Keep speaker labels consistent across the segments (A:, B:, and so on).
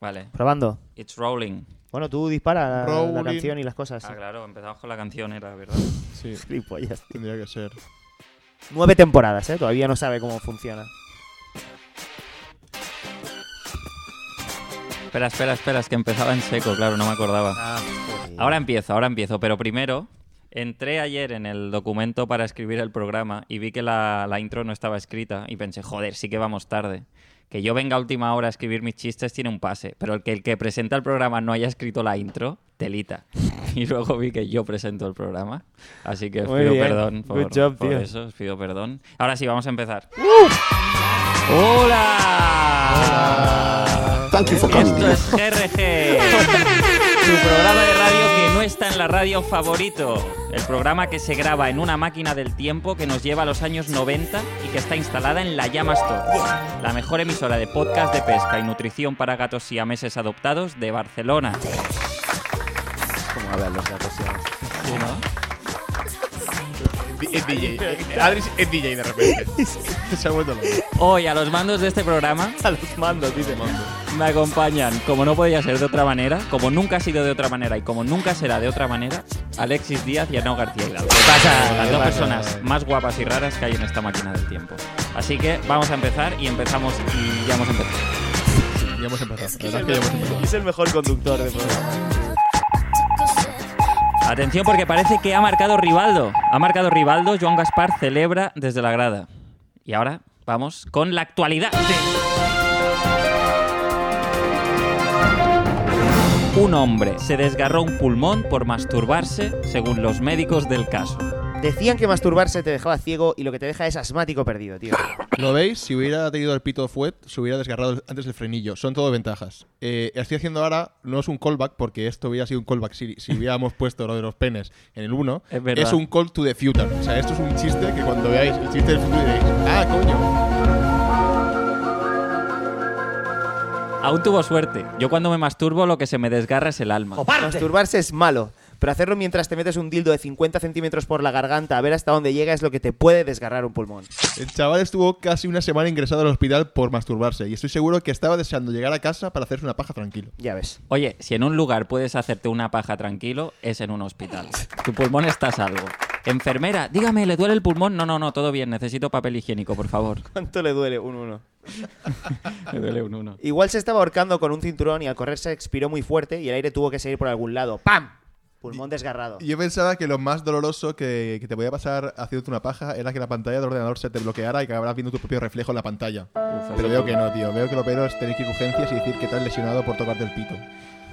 A: Vale.
B: Probando.
A: It's rolling.
B: Bueno, tú dispara la- la,
C: Rolling.
B: canción y las cosas.
A: Ah, claro, empezamos con la canción, era verdad.
C: Sí,
B: Gilipollas.
C: tendría que ser.
B: Nueve temporadas, ¿eh? Todavía no sabe cómo funciona.
A: Espera, espera, espera, es que empezaba en seco, claro, no me acordaba.
B: Ah, pues.
A: Ahora empiezo, ahora empiezo, pero primero entré ayer en el documento para escribir el programa y vi que la, la intro no estaba escrita y pensé, joder, sí que vamos tarde. Que yo venga a última hora a escribir mis chistes tiene un pase, pero el que el que presenta el programa no haya escrito la intro, telita. Y luego vi que yo presento el programa, así que os
B: Muy
A: pido
B: bien.
A: perdón por,
B: Good job,
A: por
B: tío.
A: eso, os pido perdón. Ahora sí, vamos a empezar. ¡Hola!
D: Thank you for coming.
A: Esto es GRG, tu programa de radio que no está en la radio favorito. El programa que se graba en una máquina del tiempo que nos lleva a los años 90 y que está instalada en la Llama Store, la mejor emisora de podcast de pesca y nutrición para gatos siameses adoptados de Barcelona.
B: ¿Cómo hablan los gatos? ya?
C: Es DJ. Adri es DJ de repente. Se ha vuelto loco.
A: Hoy a los mandos de este programa
B: A los mandos, dice.
A: Me acompañan, como no podía ser de otra manera, como nunca ha sido de otra manera y como nunca será de otra manera, Alexis Díaz y Arnau García Hidalgo. Las dos personas más guapas y raras que hay en esta máquina del tiempo. Así que vamos a empezar y empezamos y ya hemos empezado.
C: Sí, ya hemos empezado. La verdad es que ya hemos empezado.
B: Es el mejor conductor de programa.
A: Atención porque parece que ha marcado Rivaldo. Ha marcado Rivaldo, Joan Gaspar celebra desde la grada. Y ahora vamos con la actualidad. Un hombre se desgarró un pulmón por masturbarse, según los médicos del caso.
B: Decían que masturbarse te dejaba ciego y lo que te deja es asmático perdido, tío.
C: ¿Lo veis? Si hubiera tenido el pito fuet, se hubiera desgarrado el- antes el frenillo. Son todo ventajas. Eh, estoy haciendo ahora, no es un callback, porque esto hubiera sido un callback si, si hubiéramos puesto lo de los penes en el 1.
A: Es verdad.
C: un call to the future. O sea, esto es un chiste que cuando veáis el chiste del futuro diréis, ah, coño.
A: Aún tuvo suerte. Yo cuando me masturbo lo que se me desgarra es el alma.
B: Masturbarse es malo, pero hacerlo mientras te metes un dildo de 50 centímetros por la garganta a ver hasta dónde llega es lo que te puede desgarrar un pulmón.
C: El chaval estuvo casi una semana ingresado al hospital por masturbarse y estoy seguro que estaba deseando llegar a casa para hacerse una paja tranquilo.
B: Ya ves.
A: Oye, si en un lugar puedes hacerte una paja tranquilo, es en un hospital. Tu pulmón está a salvo. Enfermera, dígame, ¿le duele el pulmón? No, no, no, todo bien, necesito papel higiénico, por favor.
B: ¿Cuánto le duele un uno?
A: Me duele un uno.
B: Igual se estaba ahorcando con un cinturón y al correr se expiró muy fuerte y el aire tuvo que salir por algún lado. ¡Pam! Pulmón desgarrado.
C: Yo pensaba que lo más doloroso que, que te podía pasar haciéndote una paja era que la pantalla del ordenador se te bloqueara y que acabaras viendo tu propio reflejo en la pantalla. Pero veo que no, tío. Veo que lo peor es tener que ir a urgencias y decir que te has lesionado por tocarte el pito.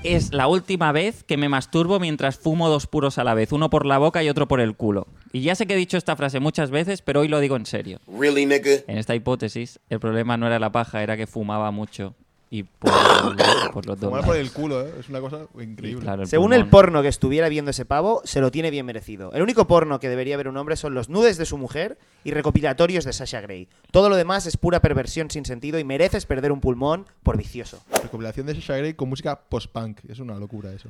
A: Es la última vez que me masturbo mientras fumo dos puros a la vez, uno por la boca y otro por el culo. Y ya sé que he dicho esta frase muchas veces, pero hoy lo digo en serio.
D: Really, nigga?
A: En esta hipótesis, el problema no era la paja, era que fumaba mucho y por, por los dos.
C: Fumar por
A: lados.
C: el culo, ¿eh? Es una cosa
A: Y,
C: increíble.
A: claro,
B: Según el
A: pulmón.
B: porno que estuviera viendo ese pavo, se lo tiene bien merecido. El único porno que debería ver un hombre son los nudes de su mujer y recopilatorios de Sasha Grey. Todo lo demás es pura perversión sin sentido y mereces perder un pulmón por vicioso.
C: Recopilación de Sasha Grey con música post-punk. Es una locura eso.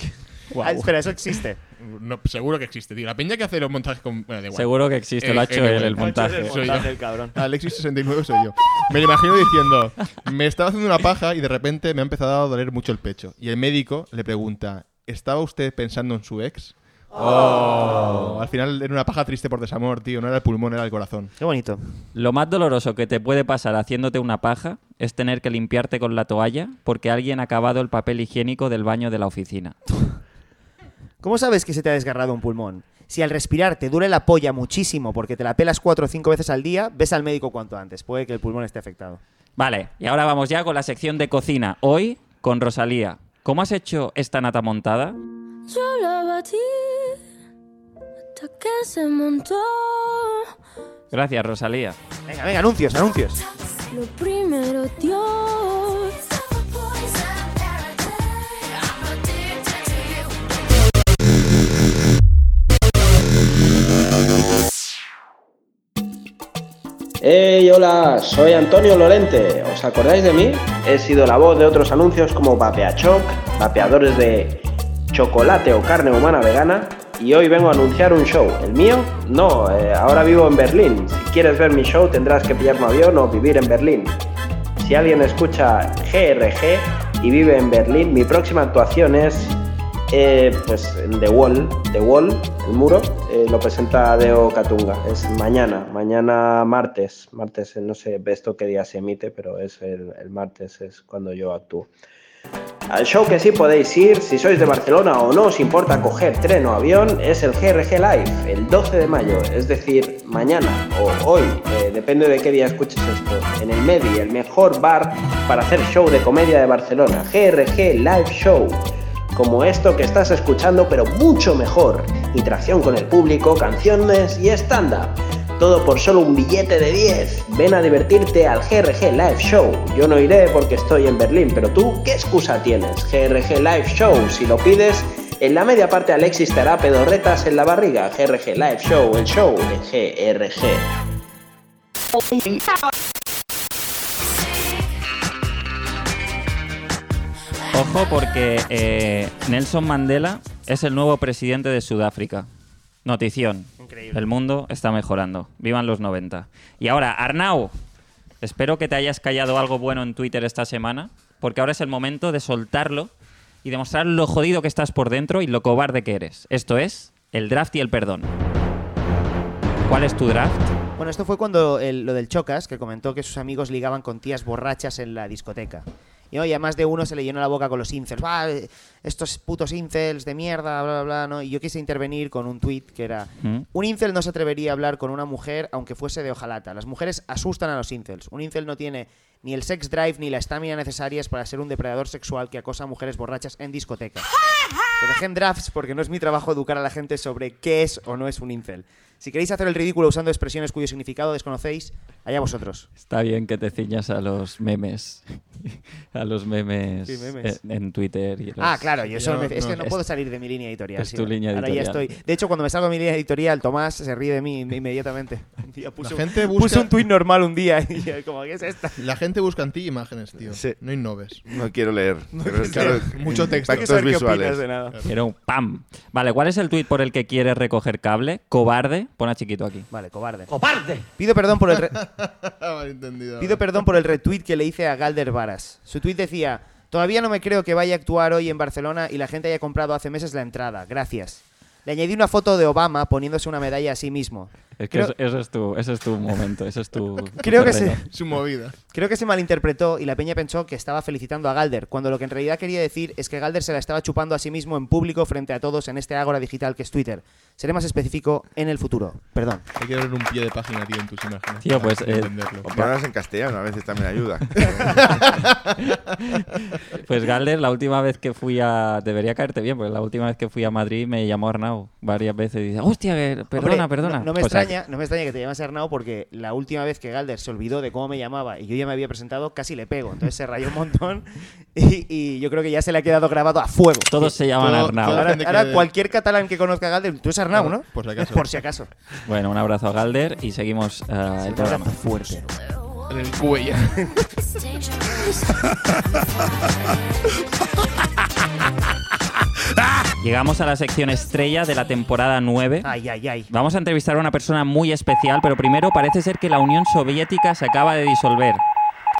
B: Ah, espera, eso existe.
C: No, seguro que existe, tío. La peña que hace los montajes con... Bueno, da igual.
A: Seguro que existe, lo ha
C: Eh,
A: hecho
C: eh,
A: él, el
C: lo ha hecho
A: montaje.
C: él. Soy
B: Montaje
C: yo.
B: el cabrón.
C: Alexis69 soy yo. Me lo imagino diciendo, me estaba haciendo una paja y de repente me ha empezado a doler mucho el pecho. Y el médico le pregunta, ¿estaba usted pensando en su ex? Oh. Al final era una paja triste por desamor, tío. No era el pulmón, era el corazón.
B: Qué bonito.
A: Lo más doloroso que te puede pasar haciéndote una paja es tener que limpiarte con la toalla porque alguien ha acabado el papel higiénico del baño de la oficina.
B: ¿Cómo sabes que se te ha desgarrado un pulmón? Si al respirar te duele la polla muchísimo porque te la pelas cuatro o cinco veces al día, ves al médico cuanto antes. Puede que el pulmón esté afectado.
A: Vale, y ahora vamos ya con la sección de cocina. Hoy con Rosalía. ¿Cómo has hecho esta nata montada?
E: Yo la batí hasta que se montó.
A: Gracias, Rosalía.
B: Venga, venga, anuncios, anuncios.
E: Lo primero Dios.
F: Hey, hola, soy Antonio Lorente. ¿Os acordáis de mí? He sido la voz de otros anuncios como Vapeachoc, vapeadores de chocolate o carne humana vegana. Y hoy vengo a anunciar un show. ¿El mío? No, eh, ahora vivo en Berlín. Si quieres ver mi show tendrás que pillar un avión o vivir en Berlín. Si alguien escucha GRG, y vive en Berlín. Mi próxima actuación es eh, pues en The Wall, The Wall, el muro, eh, lo presenta Deo Katunga. Es mañana, mañana martes, martes, eh, no sé esto qué día se emite, pero es el, el martes, es cuando yo actúo. Al show que sí podéis ir, si sois de Barcelona o no os importa coger tren o avión, es el GRG Live, el 12 de mayo, es decir, mañana o hoy, eh, depende de qué día escuches esto, en el Medi, el mejor bar para hacer show de comedia de Barcelona, GRG Live Show, como esto que estás escuchando, pero mucho mejor, interacción con el público, canciones y stand-up. Todo por solo un billete de 10. Ven a divertirte al GRG Live Show. Yo no iré porque estoy en Berlín, pero tú, ¿qué excusa tienes? GRG Live Show, si lo pides, en la media parte Alexis te hará pedorretas en la barriga. GRG Live Show, el show de GRG.
A: Ojo porque eh, Nelson Mandela es el nuevo presidente de Sudáfrica. Notición.
B: Increíble.
A: El mundo está mejorando. Vivan los 90. Y ahora, Arnau, espero que te hayas callado algo bueno en Twitter esta semana, porque ahora es el momento de soltarlo y demostrar lo jodido que estás por dentro y lo cobarde que eres. Esto es el draft y el perdón. ¿Cuál es tu draft?
B: Bueno, esto fue cuando el- lo del Chocas, que comentó que sus amigos ligaban con tías borrachas en la discoteca. Y oye, a más de uno se le llenó la boca con los incels. "Buah, eh, Estos putos incels de mierda, bla, bla, bla. ¿no? Y yo quise intervenir con un tuit que era...
A: ¿Mm?
B: Un incel no se atrevería a hablar con una mujer aunque fuese de hojalata. Las mujeres asustan a los incels. Un incel no tiene ni el sex drive ni la estamina necesarias para ser un depredador sexual que acosa a mujeres borrachas en discotecas. Lo dejé en drafts porque no es mi trabajo educar a la gente sobre qué es o no es un incel. Si queréis hacer el ridículo usando expresiones cuyo significado desconocéis, allá vosotros.
A: Está bien que te ciñas a los memes. a los memes, eh,
B: ¿Qué memes?
A: En, en Twitter. y los-
B: Ah, claro, yo
C: ya
B: solo
C: no-
B: me- es
C: no,
B: que no
A: es-
B: puedo salir de mi línea editorial.
A: es
B: sí,
A: tu línea
B: ahora ya
A: editorial.
B: estoy. De hecho, cuando me salgo de mi línea editorial, Tomás se ríe de mí in- inmediatamente. Un día puse,
C: La
B: un-
C: gente busca-
B: puse un tuit normal un día y yo como, ¿qué es esta?
C: La gente busca en ti imágenes, tío.
B: Sí.
C: No innoves.
D: No quiero leer. Pero,
C: Claro,
D: claro,
C: mucho texto.
B: Hay que saber qué
D: visuales.
B: opinas de nada.
A: Era un pam. Vale, ¿cuál es el tuit por el que quieres recoger cable? Cobarde. Pon a chiquito aquí.
B: Vale, cobarde. ¡Cobarde! Pido perdón por el, re-
C: Mal entendido.
B: Pido perdón por el retweet que le hice a Galder Varas. Su tweet decía: Todavía no me creo que vaya a actuar hoy en Barcelona y la gente haya comprado hace meses la entrada. Gracias. Le añadí una foto de Obama poniéndose una medalla a sí mismo.
A: Es que
B: Creo-
A: eso, eso es tu, eso es tu momento, eso es tu. tu
B: Creo que
A: terreno.
B: sí.
C: Su movida.
B: Creo que se malinterpretó y la peña pensó que estaba felicitando a Galder, cuando lo que en realidad quería decir es que Galder se la estaba chupando a sí mismo en público frente a todos en este ágora digital que es Twitter. Seré más específico en el futuro. Perdón.
C: Hay que ver un pie de página, tío, en tus imágenes.
A: Tío, pues,
C: Para
A: eh,
C: entenderlo.
D: O ponlas en castellano, a veces también ayuda.
A: Pues Galder, la última vez que fui a. Debería caerte bien, porque la última vez que fui a Madrid me llamó Arnau varias veces y dice: ¡Hostia, que- perdona,
B: Hombre,
A: perdona! Pues,
B: No, no me
A: O sea,
B: extraña, no me extraña que te llamas Arnau porque la última vez que Galder se olvidó de cómo me llamaba y yo ya me había presentado, casi le pego. Entonces se rayó un montón y, y yo creo que ya se le ha quedado grabado a fuego.
A: todos se llaman
C: Todo-
A: Arnau.
C: todo-
B: Ahora,
C: gente que-
B: ahora cualquier catalán que conozca a Galder, tú es Arnau, ¿no?
C: Por si acaso.
B: Por si acaso.
A: Bueno, un abrazo a Galder y seguimos eh, el programa.
B: Fuerte.
C: En el cuello.
E: It's dangerous.
A: Llegamos a la sección estrella de la temporada 9.
C: Ah.
B: Ay, ay, ay.
A: Vamos a entrevistar a una persona muy especial, pero primero parece ser que la Unión Soviética se acaba de disolver.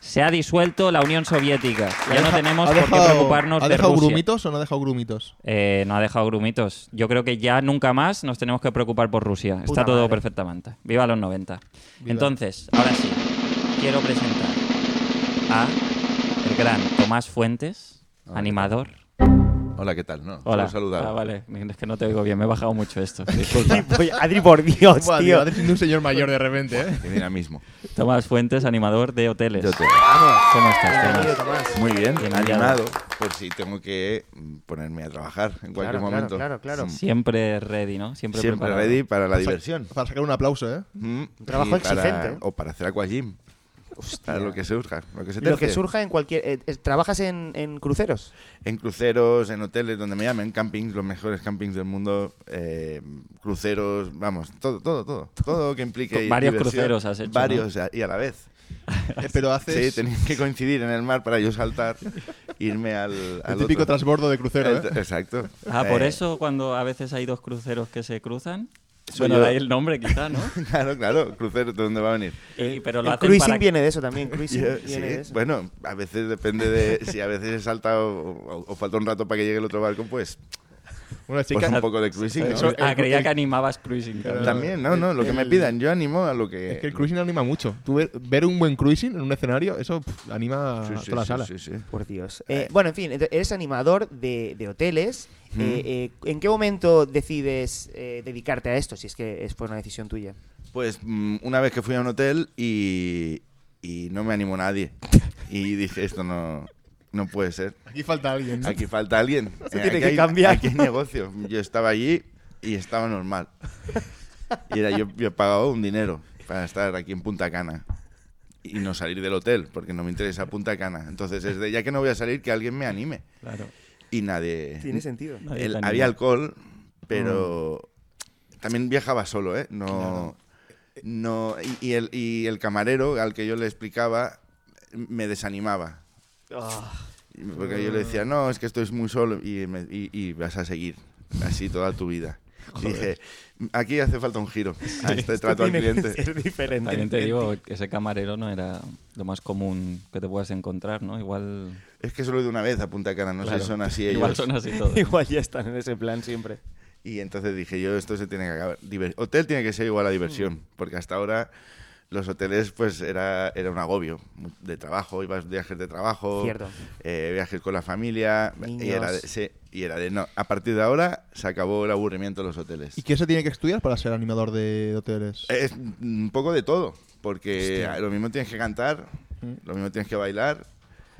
A: Se ha disuelto la Unión Soviética. Ya no tenemos
C: ¿Ha
A: por qué
C: dejado-
A: preocuparnos
C: ¿Ha
A: de
C: dejado
A: Rusia.
C: grumitos o no ha dejado grumitos?
A: Eh, no ha dejado grumitos. Yo creo que ya nunca más nos tenemos que preocupar por Rusia. Está todo
B: madre.
A: perfectamente. Viva los 90.
C: Viva.
A: Entonces, ahora sí, quiero presentar a el gran Tomás Fuentes, animador.
D: Hola, ¿qué tal? No,
A: Hola.
D: solo saludar.
A: Ah, vale. Es que no te oigo bien. Me he bajado mucho esto. Disculpa.
B: Oye, Adri, por Dios,
C: Buah, tío,
B: tío.
C: ha decidido un señor mayor de repente, ¿eh?
D: Qué dinamismo.
A: Tomás Fuentes, animador de hoteles.
D: Yo te-
A: ¿Cómo estás, Tomás?
B: Bienvenido, Tomás.
D: Muy bien,
A: Bienvenido.
D: animado. Por si tengo que mm, ponerme a trabajar en cualquier
B: Claro, claro,
D: momento.
B: claro, claro.
D: Mm,
A: Siempre ready, ¿no? Siempre,
D: Siempre
A: preparado.
D: ready para la diversión.
C: Para sacar un aplauso, ¿eh?
D: Mm,
B: trabajo
D: y para-
B: exigente, ¿eh?
D: O para hacer aquagym. Para lo que surja. Lo que, se
B: Lo que
D: tercie.
B: surja en cualquier. eh, eh, ¿Trabajas en, en cruceros?
D: En cruceros, en hoteles, donde me llamen, campings, los mejores campings del mundo, eh, cruceros, vamos, todo, todo, todo. Todo lo que implique.
A: Con varios
D: diversión,
A: cruceros has hecho,
D: Varios a- y a la vez.
C: Eh, Pero
D: Sí,
C: haces
D: tenía que coincidir en el mar para yo saltar, irme al. al
C: el típico
D: otro.
C: transbordo de crucero,
D: El-
C: ¿eh?
D: Exacto.
A: Ah, por
D: Eh,
A: eso cuando a veces hay dos cruceros que se cruzan,
D: soy
A: Bueno,
D: yo.
A: de ahí el nombre quizá, ¿no?
D: claro, claro, crucero, ¿de dónde va a venir?
A: Y- pero lo
B: El
A: hacen
B: cruising
A: para...
B: viene de eso también. Cruising
D: Yo-
B: viene
D: sí,
B: de eso.
D: Bueno, a veces depende de si a veces he saltado o, o- o falta un rato para que llegue el otro barco, pues,
C: Una
D: pues
C: chica.
D: un poco de cruising. ¿no?
C: Eso-
A: Ah,
C: el-
A: creía
C: el-
A: que animabas cruising.
C: Claro.
D: También, no, no, lo que me
C: el-
D: pidan, yo animo a lo que...
C: Es que el cruising anima mucho. Tú ver, ver un buen cruising en un escenario, eso pff, anima
D: Sí,
C: a
D: sí,
C: toda la
D: sí,
C: sala.
D: sí, sí.
B: Por Dios. Eh, bueno, en fin, ento- eres animador de, de hoteles. Eh, eh, ¿En qué momento decides eh, dedicarte a esto? Si es que es por una decisión tuya.
D: Pues mm, una vez que fui a un hotel y, y no me animó nadie. Y dije, esto no, no puede ser.
C: Aquí falta alguien. ¿no?
D: Aquí falta alguien.
B: Se
D: Eh,
B: tiene
D: aquí
B: que
D: hay-
B: cambiar.
D: Aquí hay negocio. Yo estaba allí y estaba normal. Y era yo, yo he pagado un dinero para estar aquí en Punta Cana. Y no salir del hotel, porque no me interesa Punta Cana. Entonces, es de ya que no voy a salir, que alguien me anime.
A: Claro.
D: Y nadie.
B: Tiene sentido.
A: Nadie
D: el-
A: te anima.
D: había alcohol, pero
A: Mm.
D: también viajaba solo, ¿eh? No, no y, y el, y el camarero al que yo le explicaba me desanimaba.
A: Ah.
D: Porque yo le decía, no, es que estoy muy solo y, me- y- y vas a seguir así toda tu vida. Y dije, aquí hace falta un giro a este trato al cliente.
B: Es diferente.
A: También te digo, ese camarero no era lo más común que te puedas encontrar, ¿no? Igual,
D: Es que solo de una vez a Punta Cana, no
A: Claro.
D: sé, son así ellos.
A: igual son así todos.
B: Igual ya están en ese plan siempre.
D: Y entonces dije yo, esto se tiene que acabar. Diver- Hotel tiene que ser igual a
B: Mm.
D: diversión, porque hasta ahora los hoteles pues era, era un agobio de trabajo, ibas viajes de trabajo,
B: Cierto.
D: eh, viajes con la familia, y
B: Niños.
D: era, de, sí, y era de no, a partir de ahora se acabó el aburrimiento de los hoteles.
C: ¿Y qué se tiene que estudiar para ser animador de hoteles?
D: Es un poco de todo, porque lo mismo tienes que cantar, lo mismo tienes que bailar,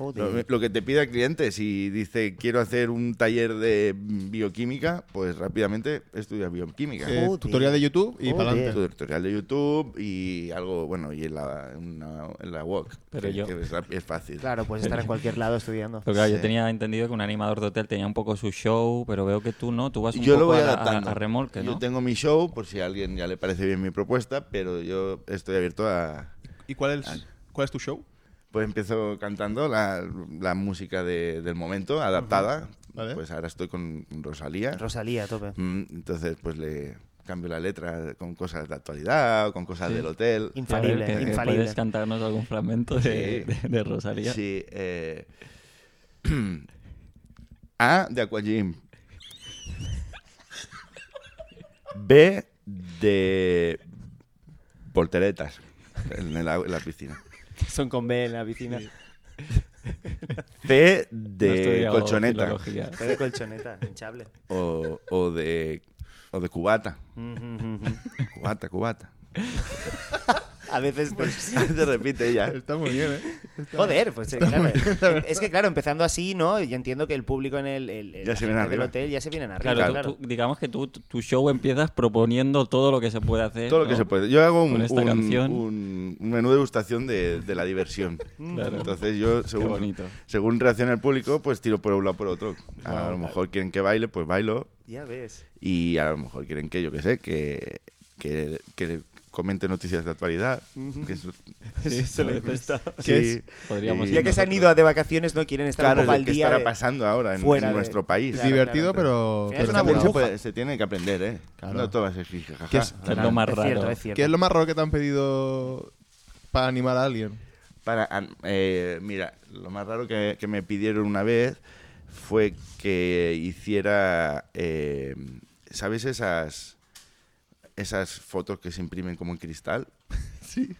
D: lo,
B: Mm. Joder.
D: lo que te pida el cliente, si dice quiero hacer un taller de bioquímica, pues rápidamente estudias bioquímica.
C: Eh,
B: joder.
C: tutorial de YouTube y
B: Joder.
C: para
D: Tu
C: adelante.
D: tutorial de YouTube y algo, bueno, y en la, una- en la walk.
A: Pero
D: que-
A: yo-
D: que es, rap- es fácil.
B: Claro, puedes estar en cualquier lado estudiando.
A: Pero claro, yo
D: Sí.
A: tenía entendido que un animador de hotel tenía un poco su show, pero veo que tú no, tú vas un
D: Yo
A: poco
D: lo voy
A: a, la- a-
D: adaptando.
A: a remolque, ¿no?
D: Yo tengo mi show, por si a alguien ya le parece bien mi propuesta, pero yo estoy abierto a...
C: ¿Y cuál es, cuál es tu show?
D: Pues empiezo cantando la, la música de- del momento, adaptada.
C: Vale.
D: Pues ahora estoy con Rosalía.
B: Rosalía, a tope.
D: Mm, Entonces, pues le cambio la letra con cosas de actualidad o con cosas del hotel.
A: A ver,
B: Infalible,
A: que- que
B: infalible.
A: ¿Puedes cantarnos algún fragmento de, de-
D: Sí.
A: de Rosalía?
D: Sí. eh, A de Aquajim. B de volteretas en la, en la piscina.
B: Son con B en la piscina.
D: C
A: No he
D: de
A: estudiado
D: colchoneta
A: filología.
B: Pero de colchoneta, hinchable.
D: o, o de o de cubata. Cubata, cubata.
B: A veces. te-
D: Se repite ya.
C: Está muy bien, ¿eh?
B: Joder, pues eh, claro. Es que claro, empezando así, ¿no? Yo entiendo que el público en el, el- el-
D: Ya
B: la
D: se vienen
B: gente del
D: arriba.
B: hotel ya se vienen arriba.
A: Claro,
B: Claro,
A: tú- tú- digamos que tú, tu show empiezas proponiendo todo lo que se puede hacer.
D: Todo lo
A: ¿no?
D: que se puede. Yo hago un,
A: Con esta
D: un-
A: canción.
D: un- un menú de degustación de, de la diversión.
A: Claro.
D: Entonces yo, según,
A: bonito.
D: según reacciona el público, pues tiro por un lado por otro. A lo mejor quieren que baile, pues bailo.
B: Ya ves.
D: Y a lo mejor quieren que, yo qué sé, que, que, que comente noticias de actualidad. que eso-
A: Sí, a veces.
D: sí.
A: Podríamos
D: Y-
A: ir
B: Ya que se han ido a de vacaciones, no quieren estar un
D: Claro, es
B: poco
D: lo
B: al
D: que
B: día.
D: estará
B: de-
D: pasando ahora en,
B: fuera
D: en
B: de-
D: nuestro país.
B: Claro,
C: Divertido,
B: claro. Es
C: pero. pero
B: una
C: está
D: También
C: bien.
D: se,
B: burbuja.
D: puede- se tiene que aprender, ¿eh?
C: Claro.
D: No todo va a ser jiji, jaja.
C: ¿Qué es-
A: Que es lo más
B: Es
A: raro.
B: cierto, es cierto.
C: ¿Qué es lo más raro que te han pedido para animar a alguien?
D: Para, an- eh, mira, lo más raro que, que me pidieron una vez fue que hiciera, eh, ¿sabes esas esas fotos que se imprimen como en cristal? sí.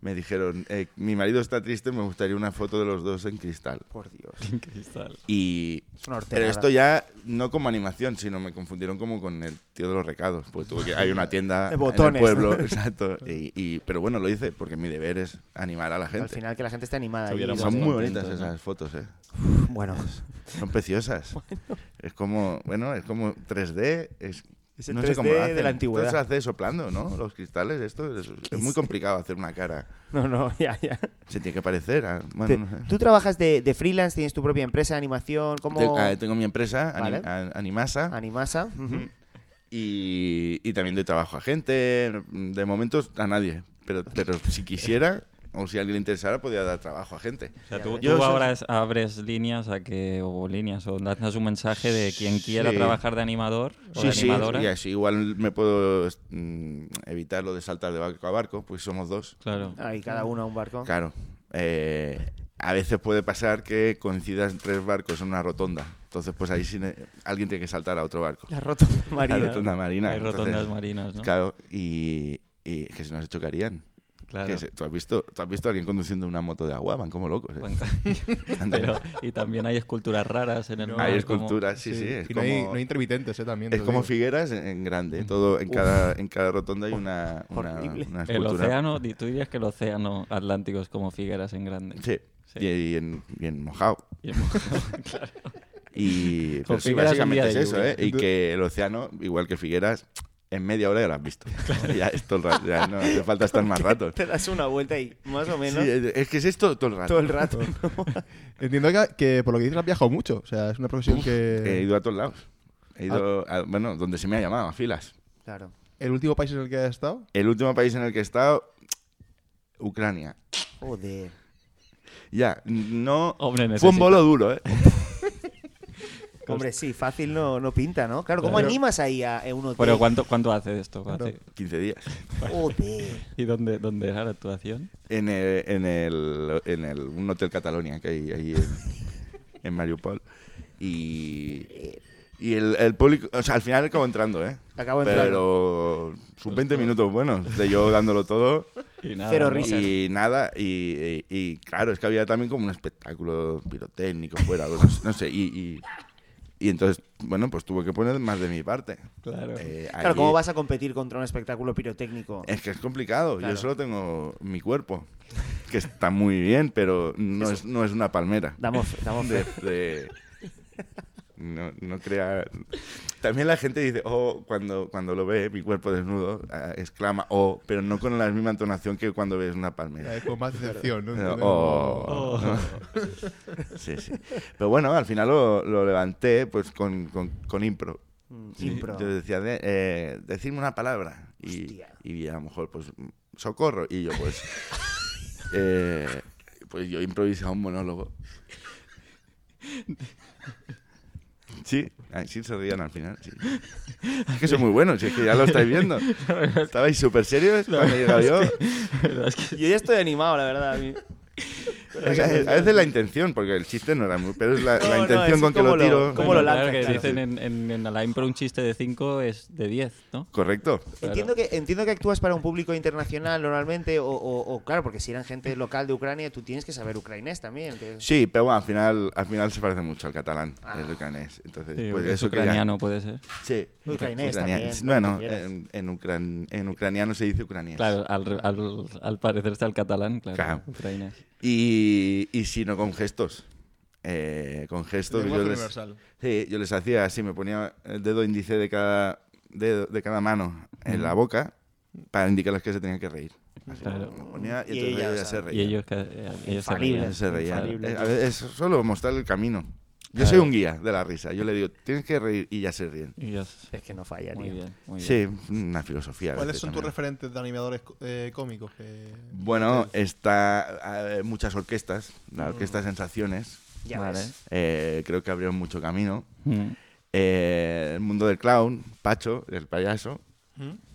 D: Me dijeron, eh, mi marido está triste, me gustaría una foto de los dos en cristal.
B: Por Dios.
A: en cristal.
D: Y
B: Es una horterada.
D: pero esto ya no como animación, sino me confundieron como con el tío de los recados, pues tuve que hay una tienda
B: De botones.
D: en el pueblo, exacto. Y, y- pero bueno, lo hice porque mi deber es animar a la gente.
B: Al final que la gente está animada.
A: Se
B: ahí.
A: hubiera
D: Son muy
A: contentos,
D: bonitas
A: ¿no?
D: esas fotos, ¿eh?
B: Bueno,
D: Son preciosas. Es como, bueno, es como 3D. Es,
B: Es el
D: no
B: 3D
D: sé cómo lo
B: de
D: hacen.
B: la
D: Esto
B: antigüedad.
D: se hace soplando, ¿no? Los cristales, esto es, es muy complicado hacer una cara.
B: no, no, ya, ya.
D: Se tiene que parecer a... Bueno,
B: Te-
D: no sé.
B: Tú trabajas de, de freelance, tienes tu propia empresa de animación, como
D: Te- ah, tengo mi empresa, Ani-
B: Vale.
D: a- Animasa,
B: Animasa. Ujú.
D: y, y también doy trabajo a gente. De momento a nadie, pero, pero si quisiera, o si a alguien le interesara, podía dar trabajo a gente.
A: O sea, tú, tú
D: Yo soy-
A: ahora es- abres líneas a que, o líneas, o lanzas un mensaje de quien quiera
D: Sí.
A: trabajar de animador o de
D: Sí, sí,
A: animadora.
D: y así igual me puedo mm, evitar lo de saltar de barco a barco, pues somos dos.
A: Claro.
B: Ahí cada uno a un barco.
D: Claro. eh, a veces puede pasar que coincidan tres barcos en una rotonda. Entonces, pues ahí sí ne- alguien tiene que saltar a otro barco.
B: La rotonda marina.
D: La rotonda marina.
A: Hay
D: entonces,
A: rotondas marinas, ¿no?
D: Claro, y, y que si no se chocarían.
A: Claro.
D: Que se- ¿tú, has visto, tú has visto a alguien conduciendo una moto de agua, van como locos. ¿eh?
A: Buen ca-
D: Anda.
A: Pero- y también hay esculturas raras en el mar.
D: hay
A: como-
D: esculturas, Ah, sí, sí. es
C: Y no hay,
D: como-
C: no hay intermitentes, ¿eh? También.
D: Es
C: te
D: como
C: digo.
D: Figueras en, en grande, todo en cada en cada rotonda hay una, una,
B: Horrible.
D: una
A: El
D: escultura.
A: océano, di- tú dirías que el océano Atlántico es como Figueras en grande.
D: Sí.
A: Sí.
D: Y, y en, y en mojado.
A: Y en-
D: Y pero sí,
A: Figueras un día
D: básicamente es
A: de
D: eso,
A: lluvia.
D: ¿eh? Y que el océano, igual que Figueras, en media hora ya lo has visto. ya es todo el rato, ya no hace falta estar más rato.
B: Te das una vuelta y más o
D: Sí,
B: menos
D: es es que es esto todo el rato.
B: todo el rato.
C: Entiendo que, que por lo que dices has viajado mucho. O sea, es una profesión
D: He
C: que.
D: ido a todos lados. He ido, a- bueno, donde se me ha llamado, a filas.
B: Claro.
C: ¿El último país en el que has estado?
D: El último país en el que he estado, Ucrania.
B: Joder.
D: Ya, no...
A: Hombre,
D: Fue un
A: necesita-
D: bolo duro, ¿eh?
B: Hombre, sí, fácil no, no pinta, ¿no? Claro, ¿cómo
A: Pero-
B: animas ahí a eh, a un hotel?
A: Pero ¿cuánto, cuánto hace esto? Hace-
D: 15 días.
B: Joder.
A: ¿Y dónde, dónde era la actuación?
D: En, el, en, el, en el- un hotel Catalonia que hay ahí en, en Mariupol. Y, y el, el público, o sea, al final acabo entrando, ¿eh?
B: Acabo entrando.
D: Pero sus 20 minutos buenos de yo dándolo todo
A: Y nada,
B: Cero
A: ¿no?
B: risas.
D: y nada. Y, y- y claro, es que había también como un espectáculo pirotécnico fuera, algo, no sé- no sé. Y, y, y entonces, bueno, pues tuve que poner más de mi parte.
A: Claro.
D: Eh,
B: Claro,
D: allí-
B: ¿cómo vas a competir contra un espectáculo pirotécnico?
D: Es que es complicado.
B: Claro.
D: Yo solo tengo mi cuerpo, que está muy bien, pero no, es, no es una palmera.
B: Damos, fe- damos fe.
D: De- de- no, no crea. También la gente dice, oh, cuando, cuando lo ve, mi cuerpo desnudo, ah, exclama, oh, pero no con la misma entonación que cuando ves una palmera.
C: Eh, Con más decepción, ¿no?
D: Eh, Oh, ¿no? Sí, sí. Pero bueno, al final lo, lo levanté pues con, con, con impro.
B: Mm,
D: Sí,
B: impro.
D: Yo decía, de- eh, decirme una palabra. Y,
B: Hostia.
D: y a lo mejor, pues, mm, socorro. Y yo, pues. eh, pues yo improvisaba un monólogo. Sí, ay, sí se rían al final. sí. Es que soy muy bueno, si es que ya lo estáis viendo. Estabais súper serios cuando he llegado yo.
B: Yo ya estoy animado, la verdad. a mí.
D: O sea, a veces la intención, porque el chiste no era muy. Pero es la, la
B: No, no,
D: intención
B: es
D: con que lo
B: cómo lo-
D: tiro.
B: cómo
A: Bueno,
B: lo
A: claro,
B: lanzas,
A: que
B: claro.
A: dicen en, en- en la impro un chiste de 5 es de 10, ¿no?
D: Correcto.
B: Entiendo, que, entiendo que actúas para un público internacional normalmente, o, o- o, claro, porque si eran gente local de Ucrania, tú tienes que saber ucranés también. que-
D: Sí, pero bueno, al final, al final se parece mucho al catalán,
B: Ah.
D: el ucranés. Entonces,
A: Sí,
D: pues
A: es
D: eso que ya-
A: ucraniano, puede ser.
D: Sí.
B: Ucranés también,
D: Bueno,
B: como quieras.
D: en, en, ucran- en ucraniano se dice ucraniano.
A: Claro, al, re- al, al parecerse al catalán, claro.
D: Claro.
A: ucraniano.
D: Y, y si no con gestos. Eh, con gestos yo
C: Lenguaje
D: les,
C: universal.
D: sí, yo les hacía así, me ponía el dedo índice de cada, dedo- de cada mano en la boca para indicarles que se tenían que reír. Así,
A: Claro.
D: me lo ponía y
B: Y
D: entonces
B: ellas,
D: ellas se
B: ¿no?
A: Y
D: reían.
A: ellos, ca- eh, ellos se
B: Infalible.
A: reían.
D: se reían.
B: infalible.
D: Eh, a ver, es solo mostrar el camino. Yo
A: Claro.
D: soy un guía de la risa. Yo le digo, tienes que reír y ya se ríen.
A: Y ellos-
B: Es que no falla,
A: Muy
B: tío.
A: bien, muy bien.
D: Sí, una filosofía. a
C: ¿Cuáles
D: veces
C: son tus
D: también.
C: referentes de animadores co- eh, cómicos? que-
D: Bueno, está eh, muchas orquestas,
A: Mm.
D: la orquesta Sensaciones,
B: Ya
A: Vale.
B: ves.
D: eh, creo que abrieron mucho camino.
A: Mm.
D: Eh, el mundo del clown, Pacho, el payaso.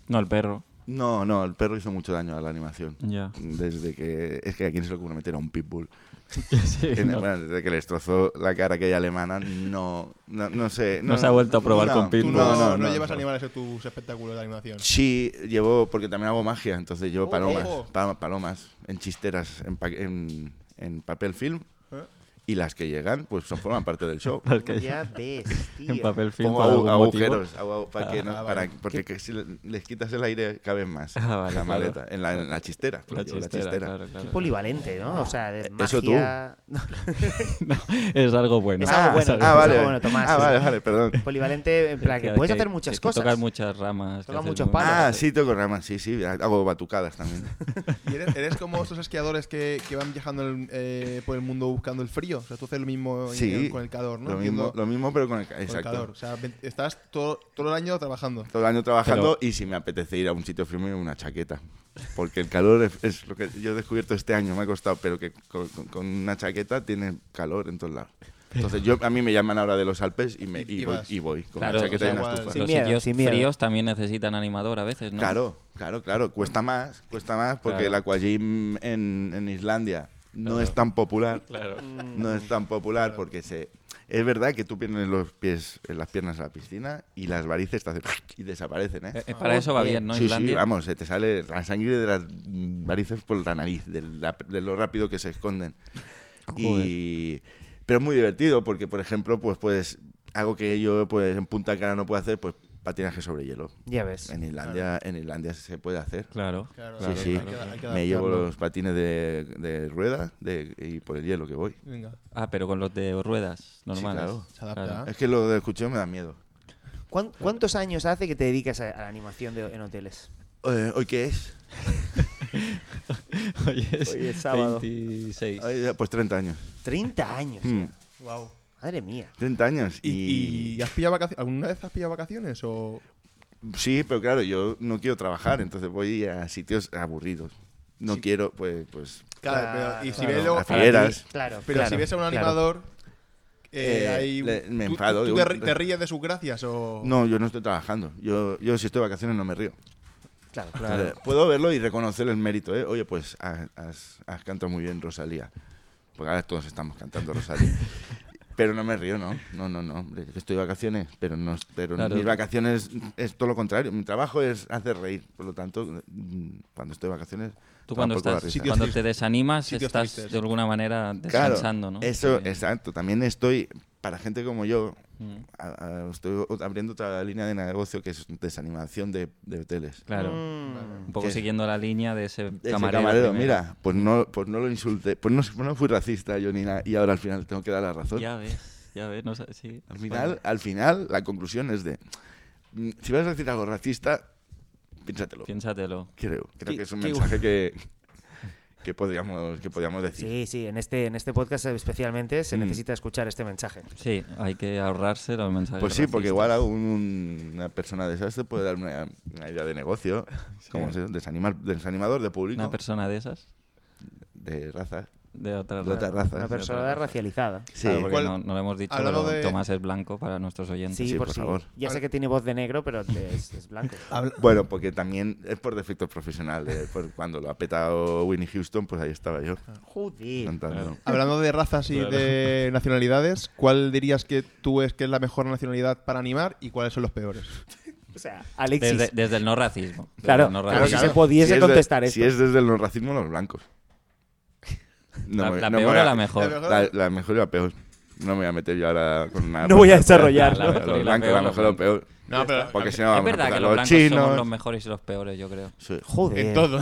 A: No, el perro.
D: No, no, el perro hizo mucho daño a la animación.
A: Ya.
D: Desde que. Es que a quién se le ocurre meter a un pitbull.
A: Sí,
D: En-
A: no.
D: bueno, desde que le destrozó la cara aquella alemana, no. No, no sé.
A: No se ha vuelto a probar
D: no,
A: con
D: tú
A: pitbull.
C: Tú no,
D: No,
C: no
D: no, no,
C: llevas
D: no.
C: animales en tus espectáculos de animación.
D: Sí, llevo, porque también hago magia, entonces llevo
C: Oh,
D: palomas,
C: oh.
D: pa- palomas en chisteras, en, pa- en- en papel film,
C: ¿Eh?
D: y las que llegan, pues son, forman parte del show.
A: Al que-
B: Ya ves, tío.
A: en papel film
D: Pongo
A: por algún
D: agu-
A: motivo.
D: agujeros, agu- para que no-
C: Ah,
D: para-
C: vale.
D: porque que si le- les quitas el aire caben más
A: Ah, vale,
D: en la
A: claro.
D: maleta, en, la, en la chistera.
A: La
D: digo, la
A: chistera,
D: chistera.
A: claro, claro.
B: Polivalente, ¿no? O sea, de magia...
D: Eso tú.
B: No,
A: No, es algo bueno.
B: Es algo
D: Ah,
B: bueno,
D: ah,
B: es algo
D: vale,
B: bueno, Tomás.
D: ah, vale, vale, perdón.
B: polivalente, en plan, que
A: Que-
B: puedes
A: que-
B: hacer muchas
A: que
B: cosas.
A: Tocas muchas ramas. que
B: Tocas
A: haces
B: muchos
A: mu-
B: palos.
D: Ah, sí, toco ramas, sí, sí, hago batucadas también.
C: ¿Y eres, eres como esos esquiadores que, que van viajando en el- eh, por el mundo buscando el frío? O sea, tú haces lo mismo en-
D: Sí,
C: con el calor, ¿no?
D: Lo mismo,
C: Entiendo,
D: lo mismo, pero con el,
C: con el
D: exacto.
C: calor. O sea, ve- estás todo, todo el año trabajando.
D: Todo el año trabajando y si me apetece ir a un sitio firme, una chaqueta. Porque el calor es, es lo que yo he descubierto este año, me ha costado, pero que con, con- con una chaqueta tiene calor en todos lados. Entonces yo, a mí me llaman ahora de los Alpes y, me,
C: Y-
D: y,
C: y
D: voy,
C: vas.
D: y voy con
A: Claro,
D: una chaqueta
A: o
D: y
A: sea,
D: una
C: igual.
D: estufa.
B: Sin
A: Los
B: miedo,
A: sitios
B: sin miedo.
A: fríos también necesitan animador a veces, ¿no?
D: Claro, claro, claro. Cuesta más, cuesta más, porque
A: Claro.
D: el aquagym en, en Islandia no es tan popular. No es tan popular porque se... Es verdad que tú pierdes los pies, eh, las piernas a la piscina y las varices te hacen y desaparecen, ¿eh?
A: Eh, eh, para eso va bien, ¿no?
D: sí, sí,
A: Islandia.
D: vamos, se te sale la sangre de las mm, varices por la nariz, de, la- de lo rápido que se esconden. Y, pero es muy divertido porque, por ejemplo, pues puedes algo que yo pues en Punta Cana no puedo hacer, pues patinaje sobre hielo.
B: Ya ves.
D: En Islandia, en Islandia se puede hacer.
A: Claro.
C: Claro,
D: Sí, sí.
C: hay que- hay que
D: Me llevo
C: adaptarlo.
D: los patines de, de rueda de- y por el hielo que voy.
C: Venga.
A: Ah, pero con los de ruedas normales.
D: claro.
C: Se adapta,
A: Claro.
C: ¿Ah?
D: Es que lo de escuchón me da miedo.
B: ¿Cuán- ¿Cuántos años hace que te dedicas a, a la animación de- en hoteles?
D: Eh, ¿Hoy qué es?
A: Hoy es,
B: Hoy es sábado.
A: 26.
D: Ay, ya, pues 30 años.
B: 30 años.
C: Hmm.
D: Mm,
B: ya.
C: Wow.
B: Madre mía.
D: 30 años.
C: ¿Y,
D: Y,
C: y has pillado vacaciones? ¿Alguna vez has pillado vacaciones? O...
D: Sí, pero claro, yo no quiero trabajar, entonces voy a sitios aburridos. No quiero, pues, pues
B: Claro,
C: pero- y si
B: claro.
C: ves
B: Las
C: luego-
D: las fieras.
B: Claro.
C: Pero
B: claro,
C: si ves a un
B: claro.
C: animador, eh,
D: Eh,
C: ahí-
D: le- me
C: ¿tú-
D: enfado,
C: ¿Tú,
D: digo,
C: te, ri- te ríes de sus gracias o...?
D: No, yo no estoy trabajando. Yo, yo si estoy de vacaciones no me río.
B: Claro,
D: Eh, Puedo verlo y reconocer el mérito, ¿eh? Oye, pues has, has- has cantado muy bien Rosalía. Porque ahora todos estamos cantando Rosalía. Pero no me río, ¿no? No, no, no. hombre, Estoy de vacaciones, pero no pero
A: Claro.
D: mis vacaciones es todo lo contrario. Mi trabajo es hacer reír. Por lo tanto, mm, cuando estoy de vacaciones...
A: Tú
D: toma
A: cuando,
D: por culo la
A: estás,
D: risa.
C: Sitios
A: cuando te
C: tristes.
A: desanimas
C: Sitios
A: estás
C: tristes.
A: de alguna manera
D: Claro,
A: descansando, ¿no?
D: Eso,
A: Sí. Mm.
D: exacto. También estoy, para gente como yo, a- a- estoy o- abriendo otra línea de negocio que es desanimación de, de hoteles.
A: Claro.
B: Mm,
A: Un poco
D: Que-
A: siguiendo la línea de ese
D: Ese
A: camarero.
D: camarero,
A: primero.
D: mira, pues no, pues no lo insulté, pues no, pues no fui racista yo ni nada, y ahora al final tengo que dar la razón.
A: Ya ves, ya ves. No, sé- sí.
D: Al final, al final, la conclusión es de, mm, si vas a decir algo racista, piénsatelo.
A: Piénsatelo.
D: Creo, creo
A: Qué-
D: que es un
A: qué
D: mensaje que, que, podríamos, que podríamos decir.
B: Sí, sí, en este, en este podcast especialmente se
D: Mm.
B: necesita escuchar este mensaje.
A: Sí, hay que ahorrarse los mensajes.
D: Pues sí, porque
A: racistas.
D: igual a un- una persona de esas te puede dar una, una idea de negocio, como se- desanimar, desanimador de público,
A: Una persona de esas,
D: de raza,
A: de otra
D: de otra
A: raza.
D: raza.
B: Una persona racializada.
D: Sí,
A: Claro, porque
C: ¿Cuál-
A: no, no lo hemos dicho,
C: hablando
A: pero
C: de-
A: Tomás es blanco para nuestros oyentes.
B: Sí,
D: sí,
B: por,
D: por
B: si-
D: favor.
B: Ya sé que tiene voz de negro, pero es, es blanco.
C: Habla-
D: Bueno, porque también es por defecto profesional. eh, por cuando lo ha petado Winnie Houston, pues ahí estaba yo
B: Joder.
D: cantando.
C: Hablando de razas y de nacionalidades, ¿cuál dirías que tú es que es la mejor nacionalidad para animar y cuáles son los peores?
B: O sea, Alexis.
A: Desde, desde el no racismo. desde
B: Claro,
A: el no
B: claro,
A: racismo.
B: si se pudiese
D: es de-
B: contestar
D: Si
B: esto.
D: es desde el no racismo, los blancos. No
A: La,
D: me-
A: la
D: no me
A: peor
D: voy
A: o
D: a-
A: la mejor.
C: La
D: La, la mejor y la peor. No me voy a meter yo ahora con nada.
B: No voy a desarrollarlo.
A: La mejor y
D: Los
A: la
D: blancos,
A: peor,
D: la mejor y
A: los
D: la peor.
C: No, pero
D: Porque si no, vamos
A: es
D: a
A: verdad
D: empezar
A: que los
D: los
A: blancos somos
D: chinos.
A: los mejores y los peores, yo creo.
D: Sí,
B: Joder.
C: en todo.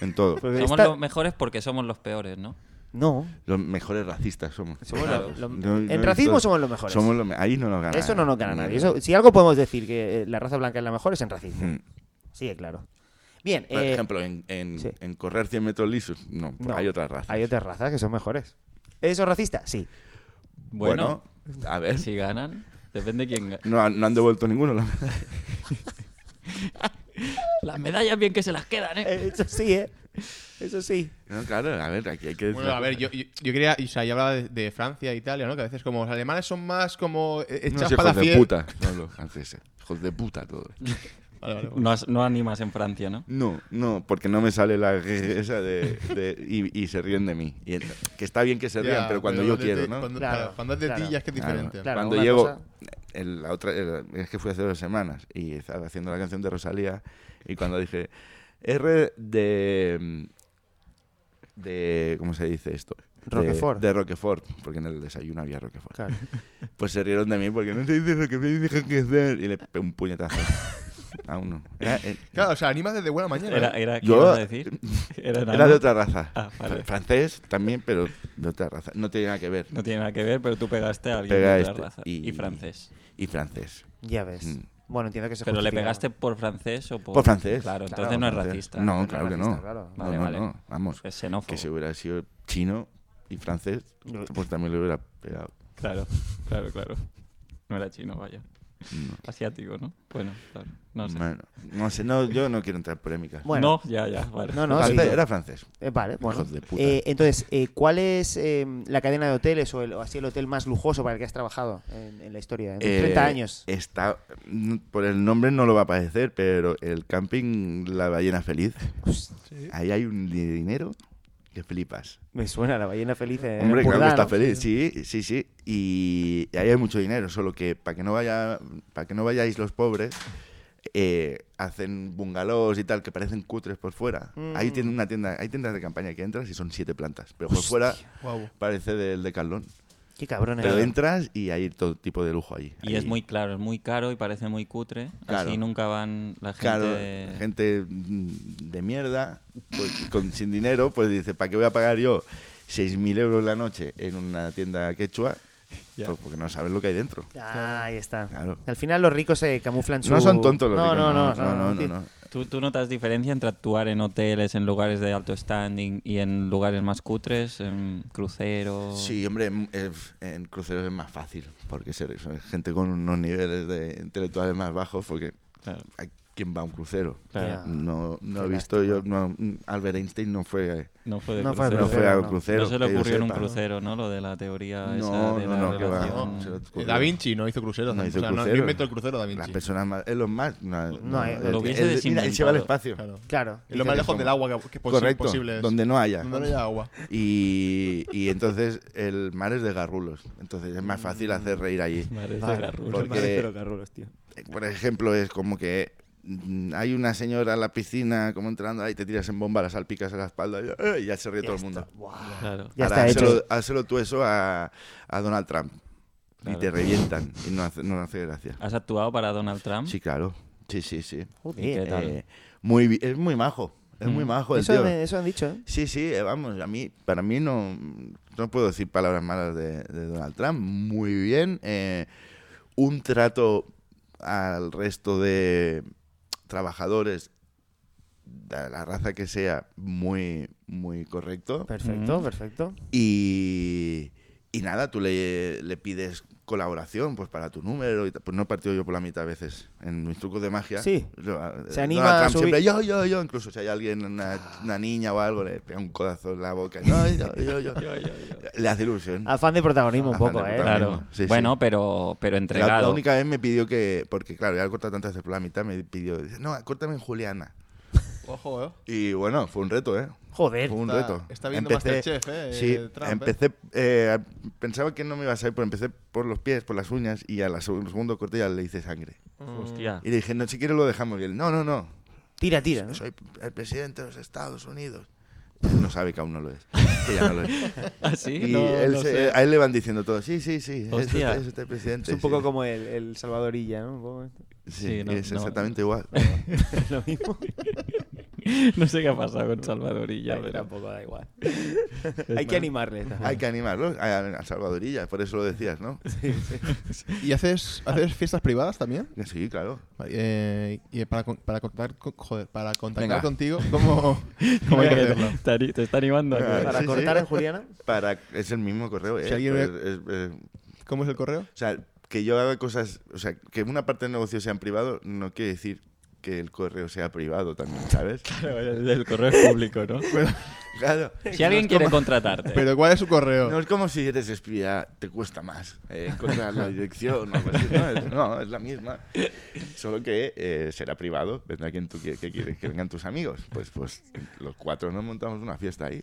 D: en todo.
B: Pero
A: Somos
B: esta-
A: los mejores porque somos los peores, ¿no?
B: No.
D: Los mejores racistas somos.
B: Somos
A: Claro.
B: lo- lo-
D: No-
B: en
D: no he
B: racismo
D: visto-
B: somos los mejores. Ah,
D: somos los me- ahí no nos gana.
B: Eso no nos gana nadie. Eso- si algo podemos decir que eh, la raza blanca es la mejor, es en racismo.
D: Mm.
B: Sí, claro. Bien.
D: Por
B: eh,
D: ejemplo, en, en,
B: sí.
D: en correr 100 metros lisos, no, pues
B: no,
D: hay otras razas.
B: Hay otras razas que son mejores. ¿Eso es racista? Sí.
A: Bueno,
D: a ver.
A: si ganan, depende quién gana.
D: No, han- no han devuelto ninguno. la verdad.
A: Las medallas bien que se las quedan, ¿eh?
B: Eh, Eso sí, ¿eh? Eso sí.
D: No, claro, a ver, aquí hay que
C: Bueno, a ver, yo, yo, yo quería, o sea, yo hablaba de, de Francia e Italia, ¿no? Que a veces como los alemanes son más como eh,
D: no,
C: echados
D: si
C: para
D: hijos
C: la
D: de
C: fiesta.
D: puta, no los franceses. Hijos de puta todo.
C: Vale, vale,
A: No, has- no animas en Francia, ¿no?
D: No, no, porque no me sale la g- esa de, de- y, y se ríen de mí. Y el- que está bien que se rían,
C: Ya,
D: pero cuando yo
C: de-
D: quiero,
C: de-
D: ¿no?
C: Cuando,
B: Claro,
C: claro, cuando es de
B: claro.
C: ti ya es que es
D: Claro,
C: diferente.
B: Claro,
D: Cuando
B: una
D: llego,
B: cosa-
D: el- la otra, el- es que fui hace dos semanas y estaba haciendo la canción de Rosalía y cuando dije R de de ¿cómo se dice esto? De-
B: Roquefort.
D: De, Roquefort, porque en el desayuno había Roquefort.
B: Claro.
D: Pues se rieron de mí porque no se dice Roquefort, dije que hacer y le pegué un puñetazo a uno. Era, eh,
C: Claro, o sea, animas desde buena mañana.
A: Era,
C: ¿eh?
A: era, ¿qué
D: Yo-
A: ibas a decir? Era,
D: era
A: enano.
D: de otra raza.
A: Ah, vale.
D: Francés también, pero de otra raza. No tiene nada que ver.
A: No tiene nada que ver, pero tú pegaste a alguien
D: Pega
A: de otra
D: este
A: raza. Y,
D: y-
A: francés.
D: Y francés.
B: Ya ves.
D: Mm.
B: Bueno, entiendo que se
A: Pero le
B: justifica.
A: pegaste por francés o por.
D: Por francés.
A: Claro,
B: Claro,
A: entonces no es
D: francés.
A: racista.
D: No,
B: es
D: claro que
B: racista,
D: no.
B: claro.
D: No,
A: Vale,
D: no,
A: vale.
D: no. Vamos.
A: Es xenófobo.
D: Que si hubiera sido chino, y francés,
B: No.
D: pues también le hubiera pegado.
A: Claro, claro, claro. No era chino, vaya. Asiático, ¿no? Bueno, claro. No sé.
D: Bueno, no sé, no, yo no quiero entrar en polémicas.
B: Bueno,
A: No, ya, ya, vale.
B: no, no, sí.
D: Francés, Era francés.
B: Eh, vale, bueno.
D: Hijos de puta.
B: Eh, entonces, eh, ¿cuál es eh, la cadena de hoteles o, el- o así el hotel más lujoso para el que has trabajado en, en la historia? En tus
D: Eh,
B: 30 años.
D: Está, n- por el nombre no lo va a padecer, pero el camping La Ballena Feliz. Ahí hay un dinero que flipas.
B: Me suena la ballena feliz. en
D: Hombre, claro que
B: Jordán,
D: está
B: ¿no?
D: feliz, sí, sí, sí. Y ahí hay mucho dinero, solo que para que no vaya, para que no vayáis los pobres, eh, hacen bungalows y tal que parecen cutres por fuera.
A: Mm.
D: Ahí tiene una tienda, hay tiendas de campaña que entras y son siete plantas, pero por fuera
C: Guau.
D: parece del de Carlón.
B: Qué cabrón
D: Pero entras y hay todo tipo de lujo ahí.
A: Y es
D: Ahí,
A: muy claro, es muy caro y parece muy cutre.
D: Claro.
A: Así nunca van la gente.
D: claro, gente mm, de mierda, pues, con, sin dinero, pues dice, ¿para qué voy a pagar yo 6.000 euros la noche en una tienda quechua? Pues porque no sabes lo que hay dentro.
B: Ah, ahí está.
D: Claro.
B: Al final los ricos se camuflan su...
D: No son tontos los
B: no,
D: ricos,
B: No, no,
D: no, no, no, no.
A: ¿Tú, tú notas diferencia entre actuar en hoteles, en lugares de alto standing y en lugares más cutres, en cruceros?
D: Sí, hombre, en, en- en cruceros es más fácil, porque ser- son gente con unos niveles de intelectuales más bajos, porque
A: Claro.
D: ¿a quién va a un crucero?
A: Claro.
D: No, no
B: Qué
D: he visto yo, no, Albert Einstein no fue,
A: No fue de
B: No fue de
A: crucero.
D: no fue a un
B: no.
D: crucero.
A: No se le
D: que yo
A: ocurrió en un
D: sepa.
A: crucero, ¿no? Lo de la teoría esa
D: No,
A: de
D: no,
A: la
D: no, que va.
A: relación. Eh,
D: se le ocurrió.
C: Da Vinci no hizo cruceros.
D: No
C: o
D: hizo
C: sea,
D: cruceros.
C: no inventó el crucero Da
D: Las
C: Vinci.
D: personas más. Es lo más. No,
B: No, eh,
A: lo hubiese
D: es- mira, él se
A: desinventado.
D: va al espacio.
C: Claro.
B: Claro.
C: Es lo
D: Dice
C: más
D: que
C: lejos del
D: como-
C: agua que, que posi-
D: Correcto.
C: posible es.
D: Donde no haya.
C: Donde no haya agua.
D: Y, y entonces el mar es de garrulos. Entonces es más fácil hacer reír allí. Ah,
A: Madre de la rusa.
D: Porque- eh, Por ejemplo, es como que mm, hay una señora en la piscina como entrando ahí, te tiras en bomba, la salpicas a la espalda y, ¡eh! y ya se ríe todo el mundo.
A: Claro.
B: Ya
D: Ahora,
B: está
D: hazlo-
B: hecho.
D: hazlo tú eso a, a Donald Trump
A: Claro. Ah.
D: y te revientan y no hace, no hace gracia.
A: ¿Has actuado para Donald Trump?
D: Sí, claro. Sí, sí, sí.
A: ¿Y qué
B: Joder.
A: tal?
D: Eh, muy, bi- es muy majo. Es muy majo el
B: Eso,
D: Pues, tío.
B: me- eso han dicho, ¿eh?
D: Sí, sí, eh, vamos, a mí, para mí no, no puedo decir palabras malas de, de Donald Trump. Muy bien. eh, un trato al resto de trabajadores, de la raza que sea, muy, muy correcto.
B: Perfecto,
D: Mm.
B: perfecto.
D: Y, y nada, tú le, le pides colaboración pues para tu número y ta- pues no he partido yo por la mitad a veces en mis trucos de magia
B: Sí.
D: Lo- eh,
B: Se anima
D: Donald
B: a
D: Trump
B: subir.
D: siempre, yo yo yo incluso si hay alguien una, una niña o algo le pega un codazo en la boca no, yo, yo, yo. le hace ilusión
B: Afán de protagonismo un
D: Mm. Afán de
B: poco, ¿eh?
D: protagonismo.
A: Claro.
D: mismo. Sí, sí.
A: bueno, pero, pero
D: la, la
A: entregado.
D: única vez me pidió que porque claro ya lo he cortado tantas veces por la mitad me pidió dice, no córtame en Juliana
C: Ojo, ¿eh?
D: y bueno fue un reto eh
B: Joder.
D: Fue un
C: Está-
D: reto.
C: está viendo Masterchef, eh,
D: Sí,
C: Trump, eh.
D: empecé. eh, pensaba que no me iba a salir, pero empecé por los pies, por las uñas, y a la seg- segundo corte ya le hice sangre.
C: Mm.
A: Hostia.
D: Y le dije, no, si quieres lo dejamos. Y él, no, no, no.
B: Tira, tira. ¿no?
D: Soy el presidente de los Estados Unidos. No sabe que aún no lo es. Que ya no lo es.
A: ¿Así?
D: Y
A: Ah, No,
D: él
A: no
D: se-
A: sé.
D: a él le van diciendo todo, sí, sí, sí, es
A: Hostia.
D: usted, es usted el presidente.
B: Es un poco
D: sí".
B: como el, el Salvadorilla, ¿no? Un poco.
D: Sí,
A: Sí, no,
D: es
A: no.
D: exactamente igual.
B: Lo mismo.
A: No sé qué ha pasado con Salvadorilla,
B: Ay,
A: pero...
B: Tampoco da igual. Hay que animarle. también.
D: Hay que animarlo a, a Salvadorilla, por eso lo decías, ¿no?
C: ¿Y haces, haces fiestas privadas también?
D: Que Sí, claro.
C: Eh, y para, con- para contactar, con- joder, para contactar
D: Venga.
C: contigo, ¿cómo, cómo hay que
A: Mira que
C: hacerlo?
A: te- te, ani- te está animando. a que-
D: Claro.
B: Para
D: Sí, sí.
B: cortar en Juliana.
D: Para, es el mismo correo, ¿eh?
C: Si alguien
D: Pues
C: ve-
D: es- es-
C: ¿Cómo es el correo?
D: O sea, que yo haga cosas, o sea, que una parte del negocio sea en privado no quiere decir que el correo sea privado también, ¿sabes?
A: El el correo es público, ¿no?
D: Claro.
A: Si alguien quiere contratarte.
C: ¿Pero cuál es su correo?
D: No es como si eres espía, te cuesta más eh, encontrar la dirección. o algo así, No, es, no, es la misma. Solo que eh, será privado, vendrá quien tú quie- que quieres que vengan tus amigos. Pues, pues los cuatro nos montamos una fiesta ahí.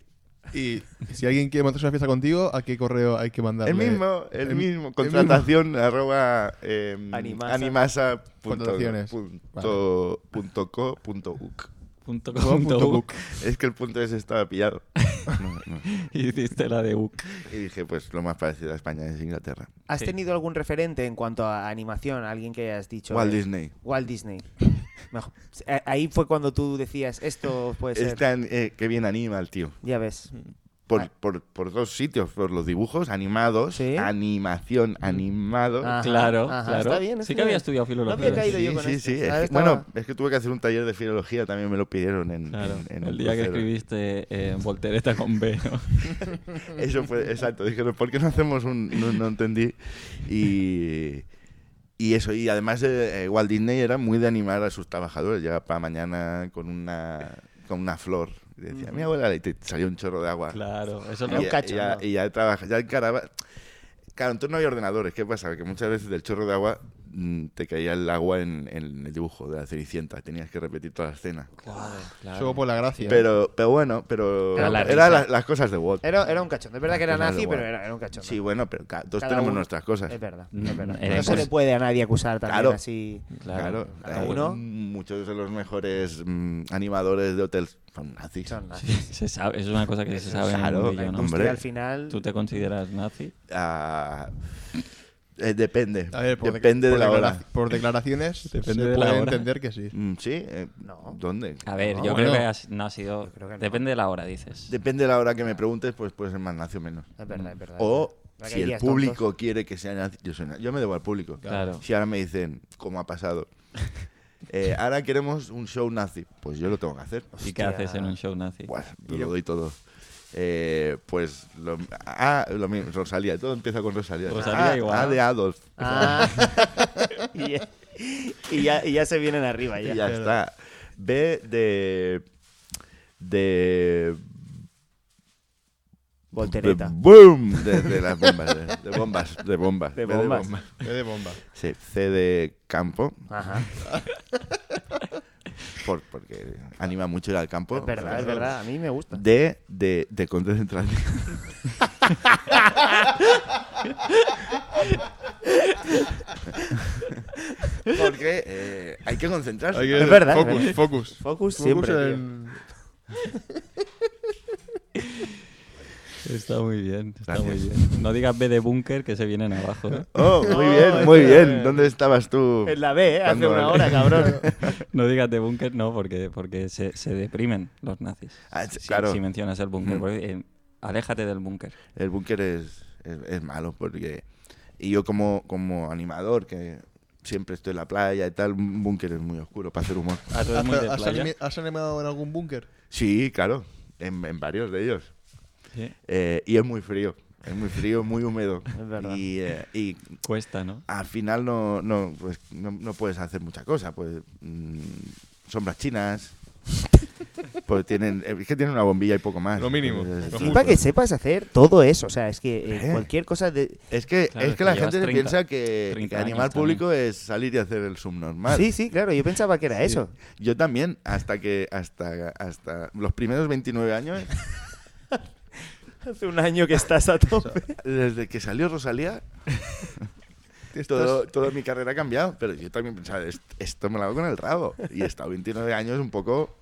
C: Y si alguien quiere montarse una fiesta contigo, ¿a qué correo hay que mandarle?
D: El mismo, el, mismo.
C: el
D: Contratación arroba eh,
B: Animasa.
D: animasa punto-
C: Contrataciones.
D: punto- punto co punto uc.
A: Punto
C: Go
A: com, punto
C: punto
A: uc.
C: book.
D: Es que el punto ese estaba pillado. No, no.
A: Y Hiciste la de UC.
D: Y dije, pues lo más parecido a España es Inglaterra.
B: ¿Has
A: Sí.
B: tenido algún referente en cuanto a animación? Alguien que hayas dicho.
D: Walt
B: eh,
D: Disney.
B: Walt Disney. Mejor. eh,
D: Este
B: A- Ahí fue cuando tú decías, esto puede ser.
D: Es tan, eh, qué bien anima el tío.
B: Ya ves.
D: por,
B: Ah.
D: por, por dos sitios, por los dibujos animados,
B: Sí. Mm.
D: animación, animado.
B: Ah. Ajá,
A: claro,
B: ajá,
A: claro.
B: está bien, está
A: sí que
B: bien.
A: había estudiado
B: No
A: filología.
B: había caído yo
D: Sí,
B: con
D: sí,
B: esto,
D: sí.
B: ¿sabes?
D: Es que-
B: Estaba-
D: bueno, es que tuve que hacer un taller de filología, también me lo pidieron en,
A: Claro,
D: en- en
A: el día que
D: crucero.
A: escribiste eh, Voltereta con B. ¿no?
D: Eso fue, exacto. Dije, ¿por qué no hacemos un.? No, no entendí. Y. Y eso, y además eh, eh, Walt Disney era muy de animar a sus trabajadores. Llegaba para mañana con una, con una flor. Y decía, mi abuela, y te salía un chorro de agua.
A: Claro, eso
D: Y
A: no-
B: Era un
D: ya-
B: cacho,
D: Y ya,
B: ¿no?
D: y ya trabaja- ya encaraba. Claro, entonces no había ordenadores. ¿Qué pasa? Que muchas veces del chorro de agua mm, te caía el agua en, en el dibujo de la Cenicienta. Tenías que repetir toda la escena.
A: claro.
C: Solo por la gracia.
D: Pero, pero bueno, pero
A: Era
D: eran
A: la risa.
D: las, las cosas de Walt.
B: Era, era un cachón. Es verdad que era
D: Claro,
B: nazi,
D: bueno.
B: pero era, era un cachón.
D: Pues Sí, bueno, pero ca- todos
B: Cada
D: tenemos
B: uno-
D: nuestras cosas.
B: Es verdad,
A: Mm,
B: es verdad.
A: era
B: No se le
A: imposible.
B: puede a nadie acusar también
D: Claro.
B: así.
A: Claro.
D: Claro,
A: cada
D: eh,
B: uno.
D: muchos de los mejores mm, animadores de hotel son nazis.
B: Son nazis.
A: Se sabe, es una cosa que se sabe
D: Claro,
A: en el mundillo, ¿no?
D: hombre.
B: Hostia, al final.
A: ¿Tú te consideras nazi?
D: Ah, eh, depende.
C: A ver, por de-
D: depende
C: por
D: de la
C: declara-
D: hora.
C: Por declaraciones,
A: Depende
C: se
A: de la
C: puede
A: hora.
C: entender que sí.
D: Mm, sí, eh,
B: No.
D: ¿dónde?
A: A ver,
D: No,
A: yo
D: bueno,
A: creo que has- no ha sido...
B: creo que no.
A: Depende de la hora, dices.
D: Depende de la hora que me preguntes, pues puede ser más nazi o menos.
B: Es verdad, es verdad.
D: O
B: es verdad.
D: si
B: Aquel día
D: el
B: es tonto.
D: público quiere que sea nazi, yo soy nazi. Yo me debo al público.
A: Claro.
D: Si ahora me dicen, como ha pasado, eh, ahora queremos un show nazi, pues yo lo tengo que hacer.
A: ¿Y qué haces en un show nazi?
D: Buah, yo lo doy todo. Eh, pues lo, ah, lo mismo, Rosalía, todo empieza con Rosalía.
A: Rosalía
D: Ah,
A: igual.
D: ah, de Adolf.
B: Ah. y, ya, y ya- y ya se vienen arriba ya.
D: Y ya está. B de. de.
B: Voltereta.
D: de boom! De, de las bombas. De, de bombas. De bombas.
B: De
D: B
B: bombas.
C: Es de bomba.
D: Sí, C de campo.
B: Ajá.
D: por- porque anima mucho ir al campo.
B: Es verdad, es verdad. A mí me gusta.
D: D de, de Conde Central. Porque eh, hay que concentrarse.
C: Hay que-
B: Es verdad, es
C: Focus,
B: verdad.
C: focus.
B: Focus
C: Focus
B: siempre. tío.
C: en-
A: Está muy bien, está
D: Gracias.
A: muy bien. No digas B de búnker que se vienen abajo. ¿eh?
D: Oh, muy
B: No,
D: bien,
B: es
D: muy
B: que-
D: bien. ¿Dónde estabas tú?
B: En la B, ¿eh? hace
D: Cuando-
B: una hora, cabrón.
A: No digas de búnker, no, porque, porque se, se deprimen los nazis.
D: Ah, sí,
A: Si-
D: claro.
A: Si mencionas el búnker,
D: Mm.
A: porque, eh, aléjate del búnker.
D: El búnker es, es, es malo porque... Y yo como, como animador, que siempre estoy en la playa y tal, un búnker es muy oscuro para hacer humor.
A: Ah, tú eres
C: ¿Has,
A: muy de
C: has
A: playa.
C: animi- has animado en algún búnker?
D: Sí, claro, en, en varios de ellos.
A: Sí,
D: Eh, y es muy frío, es muy frío, muy húmedo.
B: Es verdad.
D: Y, eh, y
A: Cuesta, ¿no?
D: al final no, no, pues, no, no puedes hacer mucha cosa. Pues mm, sombras chinas. pues tienen, es que tienen una bombilla y poco más.
C: Lo mínimo.
D: Entonces,
C: Lo
D: sí.
B: Y para que sepas hacer todo eso. O sea, es que eh,
D: ¿Eh?
B: cualquier cosa de.
D: Es que,
A: Claro, es
D: es que
A: que
D: la
A: llevas
D: gente
A: 30,
D: piensa que,
A: 30
D: que
A: años
D: animar
A: también.
D: público es salir y hacer el subnormal.
B: Sí, sí, claro. Yo pensaba que era eso.
D: Yo también, hasta que hasta, hasta los primeros 29 años,
B: Hace un año que estás a tope.
D: desde que salió Rosalía,
C: Te estás-
D: todo, toda mi carrera ha cambiado. Pero yo también pensaba, "Est- esto me lo hago con el rabo. Y he estado 29 años un poco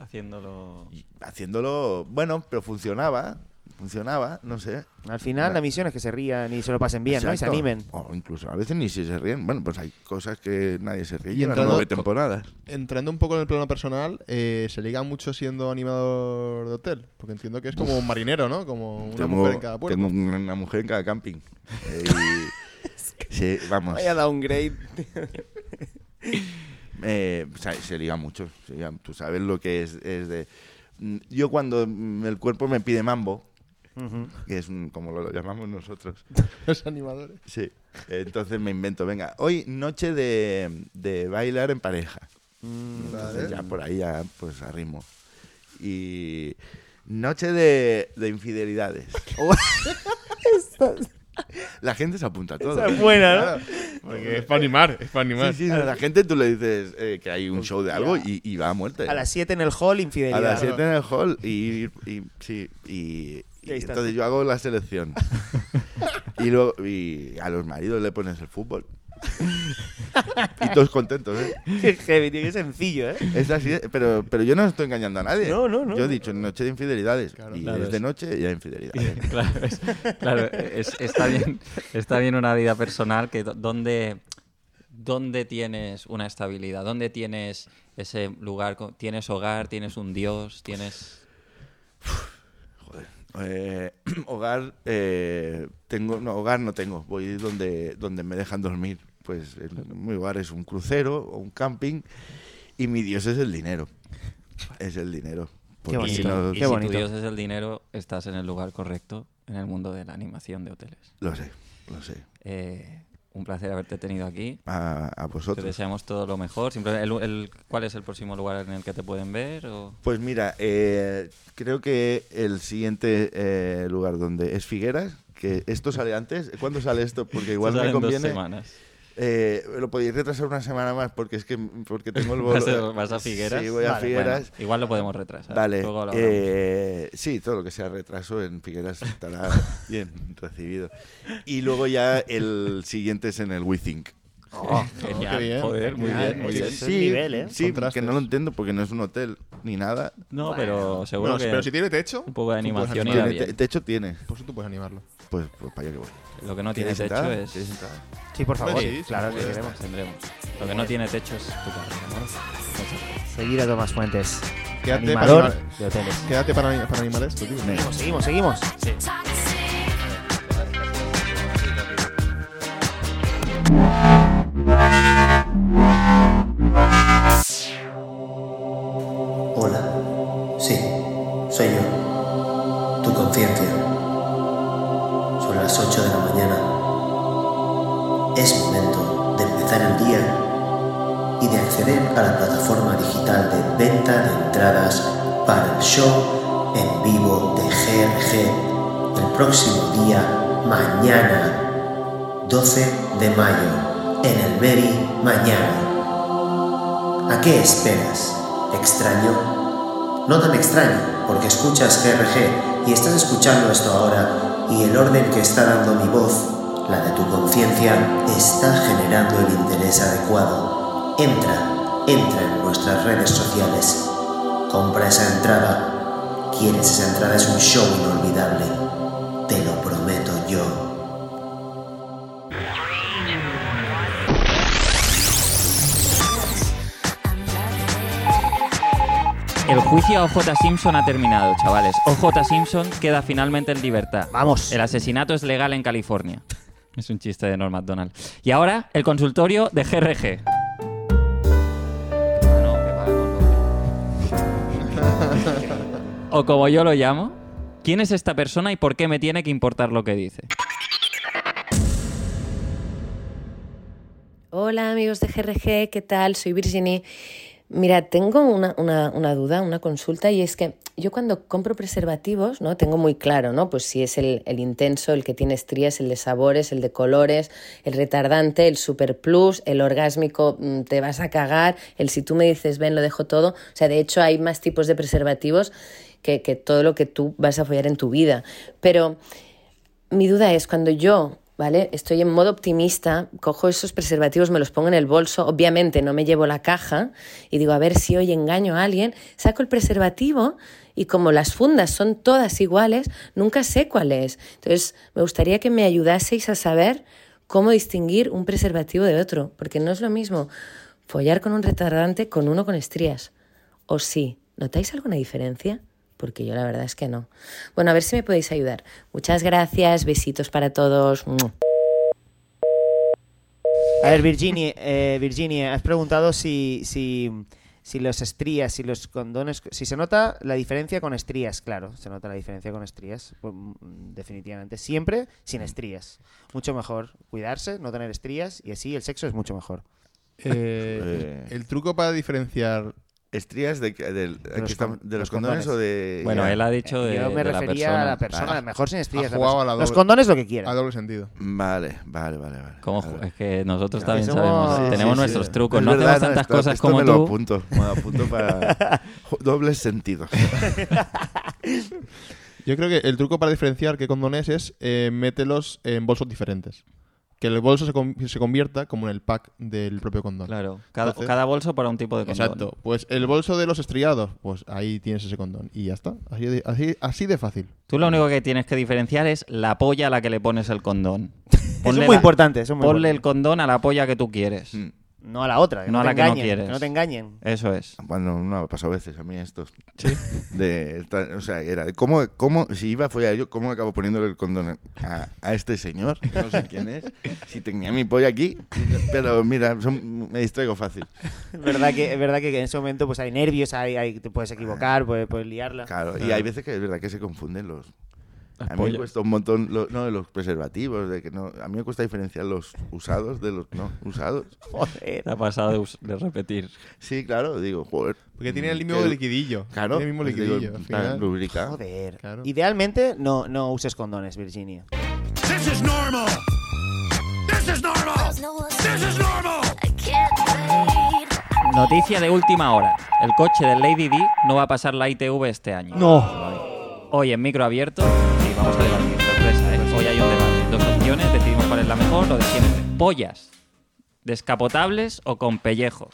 A: Haciéndolo.
D: haciéndolo, bueno, pero funcionaba, funcionaba, no sé.
B: Al final, la misión es que se rían y se lo pasen bien, ¿no? Y se
D: Exacto.
B: animen.
D: O incluso a veces ni si se ríen. Bueno, pues hay cosas que nadie se ríe.
C: Y
D: Llevan
C: entrando-
D: nueve temporadas.
C: Entrando un poco en el plano personal, eh, se liga mucho siendo animador de hotel. Porque entiendo que es como un marinero, ¿no? Como una mujer en cada puerta.
D: tengo una mujer en cada camping. Eh, y- sí, vamos.
B: downgrade.
D: Eh, sa- se liga mucho. se liga- tú sabes lo que es, es de... Mm, Yo cuando mm, el cuerpo me pide mambo, que es un- como lo llamamos nosotros,
C: Los animadores.
D: Sí. Entonces me invento, venga, hoy noche de, de bailar en pareja.
B: Mm,
D: Entonces
C: Vale.
D: ya por ahí ya pues arrimo. Y noche de, de infidelidades.
B: Oh.
D: La gente se apunta a todo.
B: Esa es buena, ¿no?
C: Porque es para animar, es para
D: Sí,
C: animar.
D: sí, a la gente tú le dices eh, que hay un show de algo y, y va a muerte.
B: Pues A las 7 en el hall,
D: A
B: infidelidad.
D: las 7 en el hall y, y- sí, y, y
B: Ahí está.
D: entonces yo hago la selección. y, luego, y a los maridos le pones el fútbol. y todos contentos, ¿eh?
B: Qué heavy, tío, qué sencillo, ¿eh?
D: Es así, ¿eh? pero, pero yo no estoy engañando a nadie.
B: No, no, no.
D: Yo he dicho noche de infidelidades.
C: Claro.
D: y
A: Claro,
D: es de
A: es-
D: noche y hay infidelidades.
A: claro, es- claro, es- está, bien, está bien una vida personal que do- donde, donde tienes una estabilidad, donde tienes ese lugar, co- tienes hogar, tienes un dios, tienes...
D: Eh, hogar, eh, tengo, no, hogar no tengo. Voy donde, donde me dejan dormir. Pues el- mi hogar es un crucero o un camping y mi dios es el dinero. Es el dinero. Porque si
B: bonito.
D: no-
A: Y
B: Qué
A: si
B: bonito.
A: tu dios es el dinero, estás en el lugar correcto en el mundo de la animación de hoteles.
D: Lo sé, lo sé.
A: Eh, un placer haberte tenido aquí.
D: A, a
A: Te
D: vosotros.
A: deseamos todo lo mejor. Siempre- el- el- ¿Cuál es el próximo lugar en el que te pueden ver? o-
D: Pues mira, eh, creo que el siguiente eh, lugar donde es Figueras, que esto sale antes. ¿Cuándo sale esto? Porque igual
A: Esto sale
D: me
A: en dos
D: conviene.
A: semanas.
D: Eh, lo podéis retrasar una semana más porque es que porque tengo el
A: ¿Vas a-
D: bolo.
A: vas a Figueras?
D: Sí, voy a
A: Vale,
D: Figueras.
A: bueno, igual lo podemos retrasar.
D: Vale.
A: Luego lo hablamos.
D: eh, sí, todo lo que sea retraso en Figueras estará bien recibido. Y luego ya el siguiente es en el WeThink.
A: Genial.
C: Oh, qué bien.
A: Joder, muy
C: Genial,
A: bien. muy
C: sí,
A: bien.
B: Es un nivel, ¿eh?
D: Sí, que
C: Contrastes.
D: no lo entiendo porque no es un hotel ni nada.
A: No, pero seguro
C: Bueno,
A: que
C: pero si tiene techo,
A: un poco de
C: tú puedes
A: animación y
C: animarlo.
A: da
D: Tiene,
A: bien.
D: te- techo tiene.
C: Pues tú puedes animarlo.
D: Pues, pues para allá que voy.
A: lo que no tiene
D: ¿Quieres
A: techo
D: entrar?
A: es...
D: ¿Quieres entrar?
B: Sí, por favor.
C: Sí, sí,
B: claro que
C: sí.
B: queremos.
A: Tendremos. Lo que no tiene techo es tu carrera. ¿no?
B: Seguir a Tomás Fuentes.
C: Quédate
B: animador
C: para animar.
B: de hoteles.
C: Quédate para, para animar esto, tío.
B: Seguimos, seguimos, seguimos.
G: Hola. Sí, soy yo. Tu conciencia. Son las 8 de la mañana. Es momento de empezar el día y de acceder a la plataforma digital de venta de entradas para el show en vivo de GRG el próximo día, mañana, 12 de mayo, en el Berry Mañana. ¿A qué esperas? ¿Extraño? No tan extraño, porque escuchas GRG y estás escuchando esto ahora y el orden que está dando mi voz, la de tu conciencia, está generando el interés adecuado. Entra, entra en nuestras redes sociales. Compra esa entrada. Quieres esa entrada, es un show inolvidable. Te lo prometo yo.
A: El juicio a OJ Simpson ha terminado, chavales. OJ Simpson queda finalmente en libertad.
B: Vamos.
A: El asesinato es legal en California. Es un chiste de Norm MacDonald. Y ahora, el consultorio de GRG. O como yo lo llamo, ¿quién es esta persona y por qué me tiene que importar lo que dice?
H: Hola amigos de GRG, ¿qué tal? Soy Virginie. Mira, tengo una, una- una duda, una consulta, y es que yo cuando compro preservativos, ¿no? Tengo muy claro, ¿no? Pues si es el, el intenso, el que tiene estrías, el de sabores, el de colores, el retardante, el super plus, el orgásmico, mm, te vas a cagar, el si tú me dices, ven, lo dejo todo. O sea, de hecho hay más tipos de preservativos que, que todo lo que tú vas a follar en tu vida. Pero mi duda es cuando yo, ¿vale? Estoy en modo optimista, cojo esos preservativos, me los pongo en el bolso, obviamente no me llevo la caja y digo, a ver si hoy engaño a alguien, saco el preservativo y como las fundas son todas iguales, nunca sé cuál es. Entonces, me gustaría que me ayudaseis a saber cómo distinguir un preservativo de otro, porque no es lo mismo follar con un retardante con uno con estrías. ¿O sí? ¿Notáis alguna diferencia? Porque yo la verdad es que no. Bueno, a ver si me podéis ayudar. Muchas gracias, besitos para todos. ¡Mua!
B: A ver, Virginie, eh, Virginie, has preguntado si, si, si los estrías, si los condones, si se nota la diferencia con estrías, claro, se nota la diferencia con estrías, pues, mm, definitivamente, siempre
A: Mm.
B: sin estrías. Mucho mejor cuidarse, no tener estrías y así el sexo es mucho mejor.
C: Eh, el truco para diferenciar
D: ¿Estrías de, qué- del- aquí
B: los
D: estamos-
B: con-
D: de
B: los
D: los
B: condones.
D: condones, o de.?
A: Bueno,
D: ya?
A: él ha dicho de,
B: eh, Yo me
A: de la
B: refería
A: persona.
B: a la persona,
D: Ah.
B: mejor sin estrías.
C: Ha jugado
B: la
C: a la
B: persona. los
C: doble-
B: condones lo que quieran.
C: a doble sentido.
D: Vale, vale, vale. vale.
A: ¿Cómo
D: Vale.
A: ju- es que nosotros
B: Que
A: también
B: somos-
A: sabemos,
B: Sí,
A: tenemos
B: sí,
A: nuestros
D: sí.
A: trucos,
D: Es
A: no
D: verdad,
A: hacemos tantas
D: esto-
A: cosas
D: esto
A: como
D: me
A: tú.
D: Lo apunto, me lo apunto para jo- dobles sentidos.
C: Yo creo que el truco para diferenciar qué condones es eh, mételos en bolsos diferentes. Que el bolso se, con- se convierta como en el pack del propio condón.
A: Claro, cada,
C: Entonces-
A: cada bolso para un tipo de condón.
C: Exacto. Pues el bolso de los estriados, pues ahí tienes ese condón. Y ya está. Así de, así, así de fácil.
A: Tú lo único que tienes que diferenciar es la polla a la que le pones el condón.
B: Eso es
A: Ponle
B: muy
A: la-
B: importante, Mm. eso es muy
A: Ponle el
B: importante.
A: condón a la polla que tú quieres.
B: No a la otra, que
A: No
B: no,
A: a
B: te
A: la que no
B: engañen,
A: quieres.
B: no te engañen.
A: Eso es.
D: Bueno, no, ha pasado veces a mí estos. De, esta- o sea, era de cómo, cómo, si iba a follar yo, cómo acabo poniéndole el condón a, a este señor, que no sé quién es, si tenía mi polla aquí, pero mira, son- me distraigo fácil.
B: Es verdad que, es verdad que en ese momento pues hay nervios, hay, hay- te puedes equivocar, puedes, puedes liarla.
D: Claro, y hay veces que es verdad que se confunden los...
C: Las
D: A mí me
C: pollas.
D: cuesta un montón lo- no, de los preservativos, de que no, a mí me cuesta diferenciar los usados de los no usados.
B: Joder.
A: Te ha pasado de, us- de repetir.
D: Sí, claro, digo, joder.
C: Porque tiene
D: mm,
C: el mismo
D: qué-
C: liquidillo.
D: Claro,
C: Tiene el mismo
D: pues digo,
C: liquidillo. al
D: está
C: final.
D: lubricado.
B: Joder.
C: Claro.
B: Idealmente no, no uses condones, Virginia.
E: I can't wait.
A: Noticia de última hora. El coche del Lady D no va a pasar la ITV este año. No. Hoy en micro abierto. Sí, vamos a debatir. Sorpresa, ¿eh? Hoy hay un debate. Dos opciones, decidimos cuál es la mejor, lo de siempre. Pollas. ¿Descapotables o con pellejo?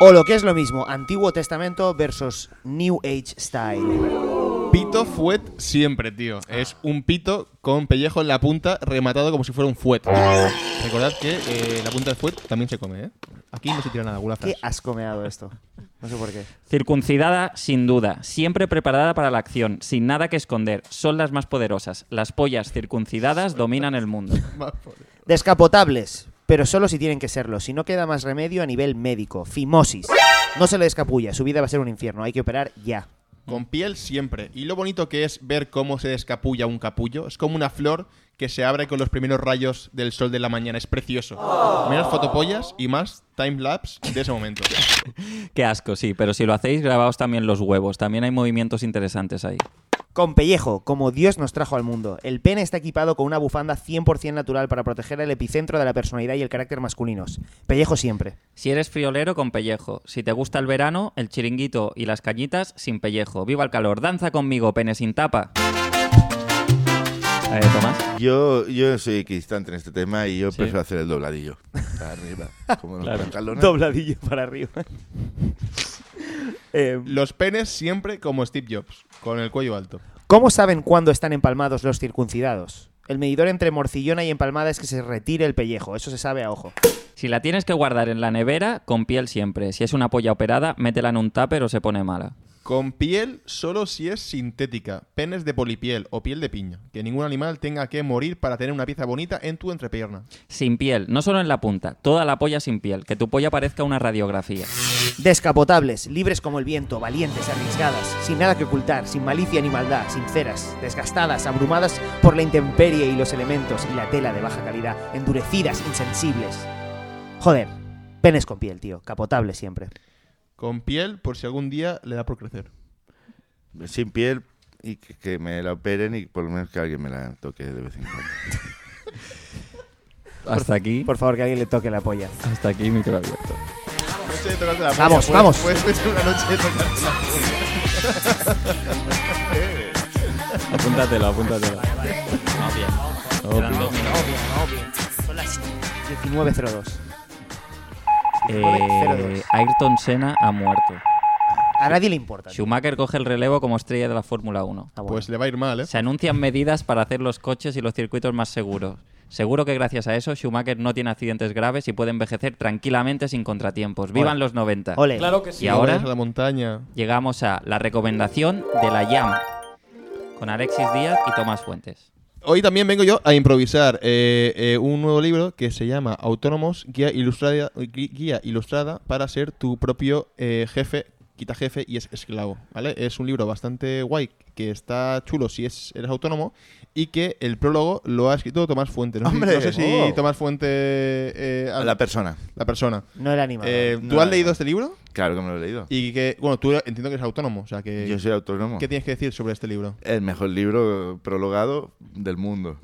B: O lo que es lo mismo, Antiguo Testamento versus New Age Style.
C: Pito fuet siempre, tío. Es un pito con pellejo en la punta rematado como si fuera un fuet. Recordad que eh, la punta del fuet también se come, ¿eh? Aquí no se tira nada, gulazas.
B: Qué asco me ha dado esto. No sé por qué.
A: Circuncidada, sin duda. Siempre preparada para la acción, sin nada que esconder. Son las más poderosas. Las pollas circuncidadas dominan el mundo.
B: Descapotables, pero solo si tienen que serlo. Si no queda más remedio a nivel médico. Fimosis. No se le escapulla, su vida va a ser un infierno. Hay que operar ya.
C: Con piel siempre. Y lo bonito que es ver cómo se descapulla un capullo. Es como una flor que se abre con los primeros rayos del sol de la mañana. Es precioso. Menos fotopollas y más timelapse de ese momento.
A: Qué asco, sí, pero si lo hacéis, grabaos también los huevos. También hay movimientos interesantes ahí.
B: Con pellejo, como Dios nos trajo al mundo. El pene está equipado con una bufanda 100% natural para proteger el epicentro de la personalidad y el carácter masculinos. Pellejo siempre.
A: Si eres friolero, con pellejo. Si te gusta el verano, el chiringuito y las cañitas, sin pellejo. ¡Viva el calor! ¡Danza conmigo, pene sin tapa! Eh, Tomás.
D: Yo, yo soy equidistante en este tema y yo
A: Sí.
D: prefiero hacer el dobladillo. Para arriba. Como los
A: Claro.
D: pantalones.
B: Dobladillo para arriba. Eh,
C: Los penes siempre como Steve Jobs, con el cuello alto.
B: ¿Cómo saben cuándo están empalmados los circuncidados? El medidor entre morcillona y empalmada es que se retire el pellejo. Eso se sabe a ojo.
A: Si la tienes que guardar en la nevera, con piel siempre. Si es una polla operada, métela en un tupper o se pone mala.
C: Con piel solo si es sintética, penes de polipiel o piel de piña. Que ningún animal tenga que morir para tener una pieza bonita en tu entrepierna.
A: Sin piel, no solo en la punta, toda la polla sin piel, que tu polla parezca una radiografía.
B: Descapotables, libres como el viento, valientes, arriesgadas, sin nada que ocultar, sin malicia ni maldad, sinceras, desgastadas, abrumadas por la intemperie y los elementos y la tela de baja calidad, endurecidas, insensibles. Joder, penes con piel, tío, capotable siempre.
C: Con piel por si algún día le da por crecer.
D: Sin piel y que, que me la operen y por lo menos que alguien me la toque de vez en cuando.
A: Hasta aquí,
B: Por favor, que alguien le toque la polla.
A: hasta aquí, micro abierto.
C: Noche de tocarse la polla,
B: Vamos,
C: pues,
B: vamos.
C: pues, pues, una noche de tocarse la polla.
A: Apúntatelo, apúntatelo. No, bien. Quedan dos minutos.
B: 1902.
A: Eh, Ayrton Senna ha muerto.
B: A nadie le importa. tío.
A: Schumacher coge el relevo como estrella de la Fórmula 1.
B: Ah, bueno.
C: Pues le va a ir mal, ¿eh?
A: Se anuncian medidas para hacer los coches y los circuitos más seguros. Seguro que gracias a eso Schumacher no tiene accidentes graves y puede envejecer tranquilamente sin contratiempos. ¡Vivan los 90!
B: Ole.
A: Y
C: Vayas a
A: ahora
C: la montaña.
A: llegamos a la recomendación de la llama con Alexis Díaz y Tomás Fuentes.
C: Hoy también vengo yo a improvisar eh, eh, un nuevo libro que se llama Autónomos, guía ilustrada, gui- guía ilustrada para ser tu propio eh, jefe, quita jefe y es esclavo, ¿vale? Es un libro bastante guay que está chulo si es, eres autónomo y que el prólogo lo ha escrito Tomás Fuentes. No sé si-
D: ¡Hombre!
C: no sé si
D: ¡Oh!
C: Tomás Fuentes... eh,
D: A la persona.
C: la persona.
B: No el animal.
C: Eh,
D: no,
C: ¿Tú
D: no,
C: has
D: no.
C: leído este libro?
D: Claro que me lo he leído.
C: Y que, bueno, tú entiendo que eres autónomo, o sea que...
D: Yo soy autónomo.
C: ¿Qué tienes que decir sobre este libro?
D: El mejor libro prologado del mundo.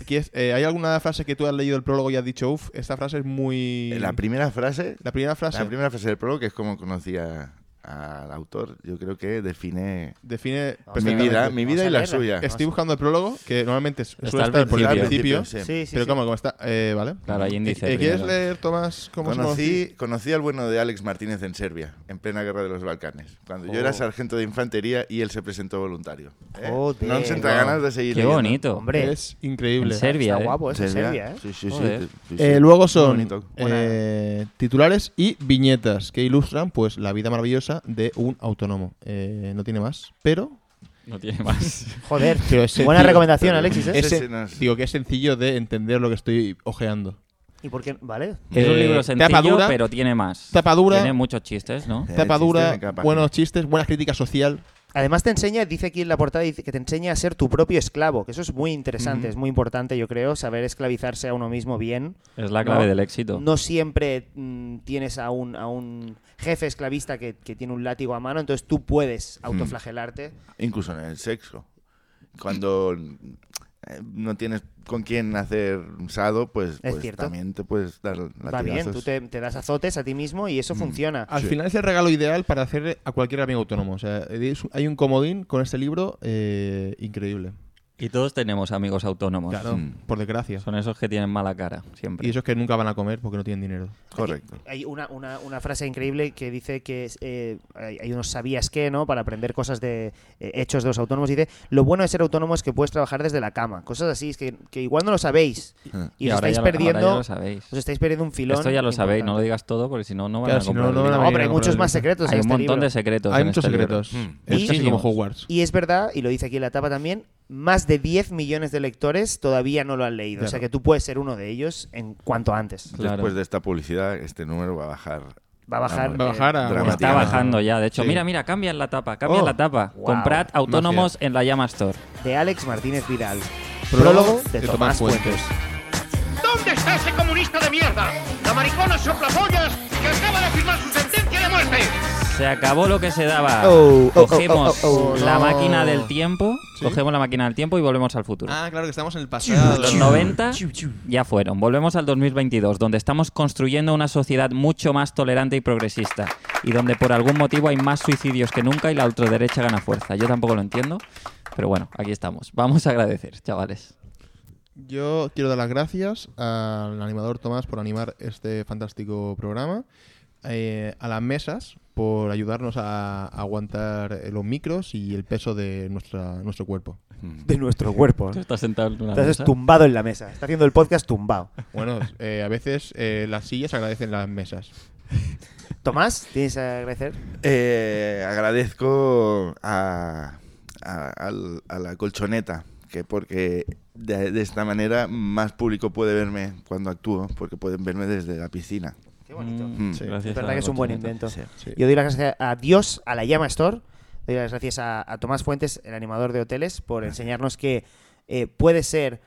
C: Aquí es- eh, ¿Hay alguna frase que tú has leído el prólogo y has dicho, uff, esta frase es muy...
D: La primera frase,
C: La primera frase.
D: la primera frase del prólogo que es como conocía al autor, yo creo que define
C: Define
D: mi
C: perfectamente.
D: vida, mi vida y la
B: Vamos a leerla.
D: suya.
C: Estoy buscando el prólogo, que normalmente su-
A: Está
C: suele
A: al
C: estar por el
A: principio.
C: principio.
D: Sí,
B: Sí, sí,
C: pero
B: sí.
C: ¿cómo, cómo está? Eh, vale.
A: Claro, hay índice
C: Eh, ¿Quieres
A: primero.
C: leer, Tomás, cómo se conocí?
D: Conocí, conocí al bueno de Alex Martínez en Serbia, en plena guerra de los Balcanes, cuando yo era sargento de infantería y él se presentó voluntario. ¿eh?
B: Joder,
D: no nos entra
B: guau.
D: ganas de seguir.
A: Qué
D: leyendo. Pues
A: bonito.
B: Hombre,
C: Es increíble.
A: En Serbia,
B: está
A: ¿eh?
B: guapo ese
D: Serbia.
B: Serbia, ¿eh?
D: Sí, sí, sí,
A: Joder.
D: sí, sí,
C: Eh,
D: sí.
C: luego son
D: bonito.
C: eh, titulares y viñetas que ilustran pues la vida maravillosa de un autónomo. Eh, no tiene más, pero,
A: No tiene más.
B: Joder,
C: pero es
B: buena
C: sencillo.
B: recomendación, Alexis, ¿eh?
C: Es
D: Sí,
C: sen-
D: sí, no es-
C: Digo que es sencillo de entender lo que estoy ojeando.
B: ¿Y por qué? Vale.
A: Es un
C: Eh,
A: libro
C: tapa
A: sencillo,
C: dura,
A: pero tiene más.
C: tapa dura.
A: Tiene muchos chistes, ¿no?
D: Eh,
C: Tapa
D: chiste
C: dura,
D: de capa.
C: buenos chistes, buena crítica social.
B: Además te enseña, dice aquí en la portada, dice que te enseña a ser tu propio esclavo, que eso es muy interesante, es muy importante, yo creo, saber esclavizarse a uno mismo bien.
A: Es la clave
B: No.
A: del éxito.
B: No siempre mm, tienes a un, a un jefe esclavista que, que tiene un látigo a mano, entonces tú puedes autoflagelarte.
D: Incluso en el sexo. Cuando eh, no tienes con quién hacer un sado, pues, pues
B: cierto.
D: también te puedes dar
B: Va bien, tú
D: latigazos.
B: te, te das azotes a ti mismo y eso funciona.
C: Al final es el regalo ideal para hacer a cualquier amigo autónomo. O sea, es- hay un comodín con este libro eh, increíble.
A: Y todos tenemos amigos autónomos.
C: Claro, por desgracia.
A: Son esos que tienen mala cara, siempre.
C: Y esos que nunca van a comer porque no tienen dinero.
D: Correcto.
B: Hay una, una, una frase increíble que dice que eh, hay, hay unos sabías que, ¿no? Para aprender cosas de eh, hechos de los autónomos. Dice, lo bueno de ser autónomo es que puedes trabajar desde la cama. Cosas así, es que, que igual no lo sabéis. Y, os
A: ahora
B: estáis
A: ya lo- ahora
B: perdiendo.
A: ya lo sabéis.
B: Os estáis perdiendo un filón.
A: Esto ya lo sabéis, no lo
B: importante.
A: digas todo porque si no, no van
C: Claro,
A: a
C: si no,
A: comprar el
C: no
A: libro.
C: van a
B: No, pero hay
C: Vamos a
B: muchos
C: ver.
B: más secretos
A: Hay un
B: en este
A: montón
B: libro.
A: de secretos.
C: hay
A: en
C: muchos
A: este libro.
C: secretos.
D: Mm.
C: Es casi como
A: Muchísimos.
C: Hogwarts.
B: Y es verdad, y lo dice aquí en la tapa también, más de 10 millones de lectores todavía no lo han leído. O sea
C: Claro.
B: que tú puedes ser uno de ellos en cuanto antes.
A: Claro.
D: Después de esta publicidad, este número va a bajar.
B: Va a bajar.
C: Va a bajar a-
D: Dramáticamente.
A: Está bajando ya. De hecho,
C: Sí.
A: mira, mira, cambian la tapa, cambian
C: Oh.
A: la tapa.
B: Wow.
A: Comprad autónomos en la Llama Store.
B: De Alex Martínez Vidal.
C: Prólogo
B: Prólogo de,
C: de
B: Tomás
C: Tomás
B: Fuentes.
C: Fuentes.
I: ¿Dónde está ese comunista de mierda? La maricona soplapollas que acaba de firmar su sentencia de muerte.
A: Se acabó lo que se daba.
B: Oh, oh, oh,
A: cogemos
B: oh, oh,
A: la
C: no.
A: máquina del tiempo,
C: Sí.
A: cogemos la máquina del tiempo y volvemos al futuro.
C: Ah, claro, que estamos en el pasado.
A: Los 90 ya fueron. Volvemos al 2022, donde estamos construyendo una sociedad mucho más tolerante y progresista. Y donde por algún motivo hay más suicidios que nunca y la ultraderecha gana fuerza. Yo tampoco lo entiendo, pero bueno, aquí estamos. Vamos a agradecer, chavales.
C: Yo quiero dar las gracias al animador Tomás por animar este fantástico programa, eh, a las mesas por ayudarnos a aguantar eh, los micros y el peso de nuestra, nuestro cuerpo.
B: De nuestro cuerpo. ¿eh?
A: Tú estás sentado en una
B: Entonces
A: mesa.
B: tumbado en la mesa. Está haciendo el podcast tumbado.
C: Bueno, eh, a veces eh, las sillas agradecen las mesas.
B: Tomás, ¿tienes a agradecer?
D: Eh, agradezco a, a- al- a la colchoneta, que porque de, de esta manera más público puede verme cuando actúo, porque pueden verme desde la piscina.
B: Qué bonito.
A: Mm,
C: Sí.
A: gracias
B: Es
A: a
B: verdad
A: la
B: que es un buen
A: colchoneta.
B: invento.
C: Sí.
B: Yo doy las gracias a Dios, a la Llama Store. Doy las gracias a, a Tomás Fuentes, el animador de hoteles, por enseñarnos que eh, puede ser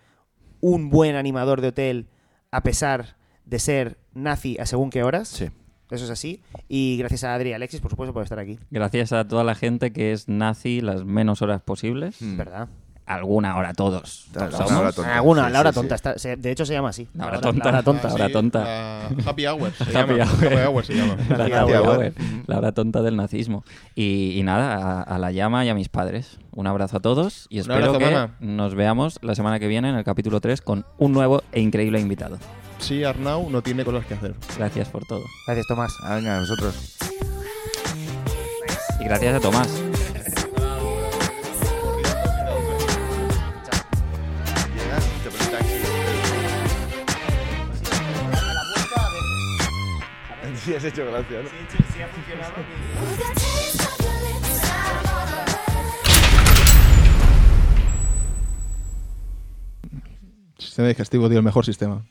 B: un buen animador de hotel a pesar de ser nazi a según qué horas.
D: Sí.
B: Eso es así. Y gracias a Adri y Alexis, por supuesto, por estar aquí.
A: Gracias a toda la gente que es nazi las menos horas posibles.
B: ¿Verdad?
A: Alguna hora todos.
D: Claro,
A: ¿Somos?
D: Mm. una hora tonta.
B: Alguna,
D: Sí,
B: la hora
D: sí, sí.
B: tonta. está- se- de hecho, se llama así.
A: La hora tonta.
B: tonta.
A: Ah, Ahora tonta.
C: la happy hour. se
A: Happy
C: llama.
A: hour.
C: Happy hour se llama.
A: La,
B: Happy
A: tabla,
D: hour.
A: a ver, la hora tonta del nazismo. Y, y nada, a, a la llama y a mis padres. Un abrazo a todos y
C: Un
A: espero
C: abrazo,
A: que
C: mamá.
A: nos veamos la semana que viene en el capítulo 3 con un nuevo e increíble invitado.
C: Sí, Arnau no tiene cosas que hacer.
A: Gracias por todo.
B: Gracias, Tomás.
D: Venga, vosotros.
A: Y gracias a Tomás.
D: Llegas, ¿eh? te pones taxi. Sí, has hecho gracia, ¿no?
C: Sistema digestivo, tío, el mejor sistema.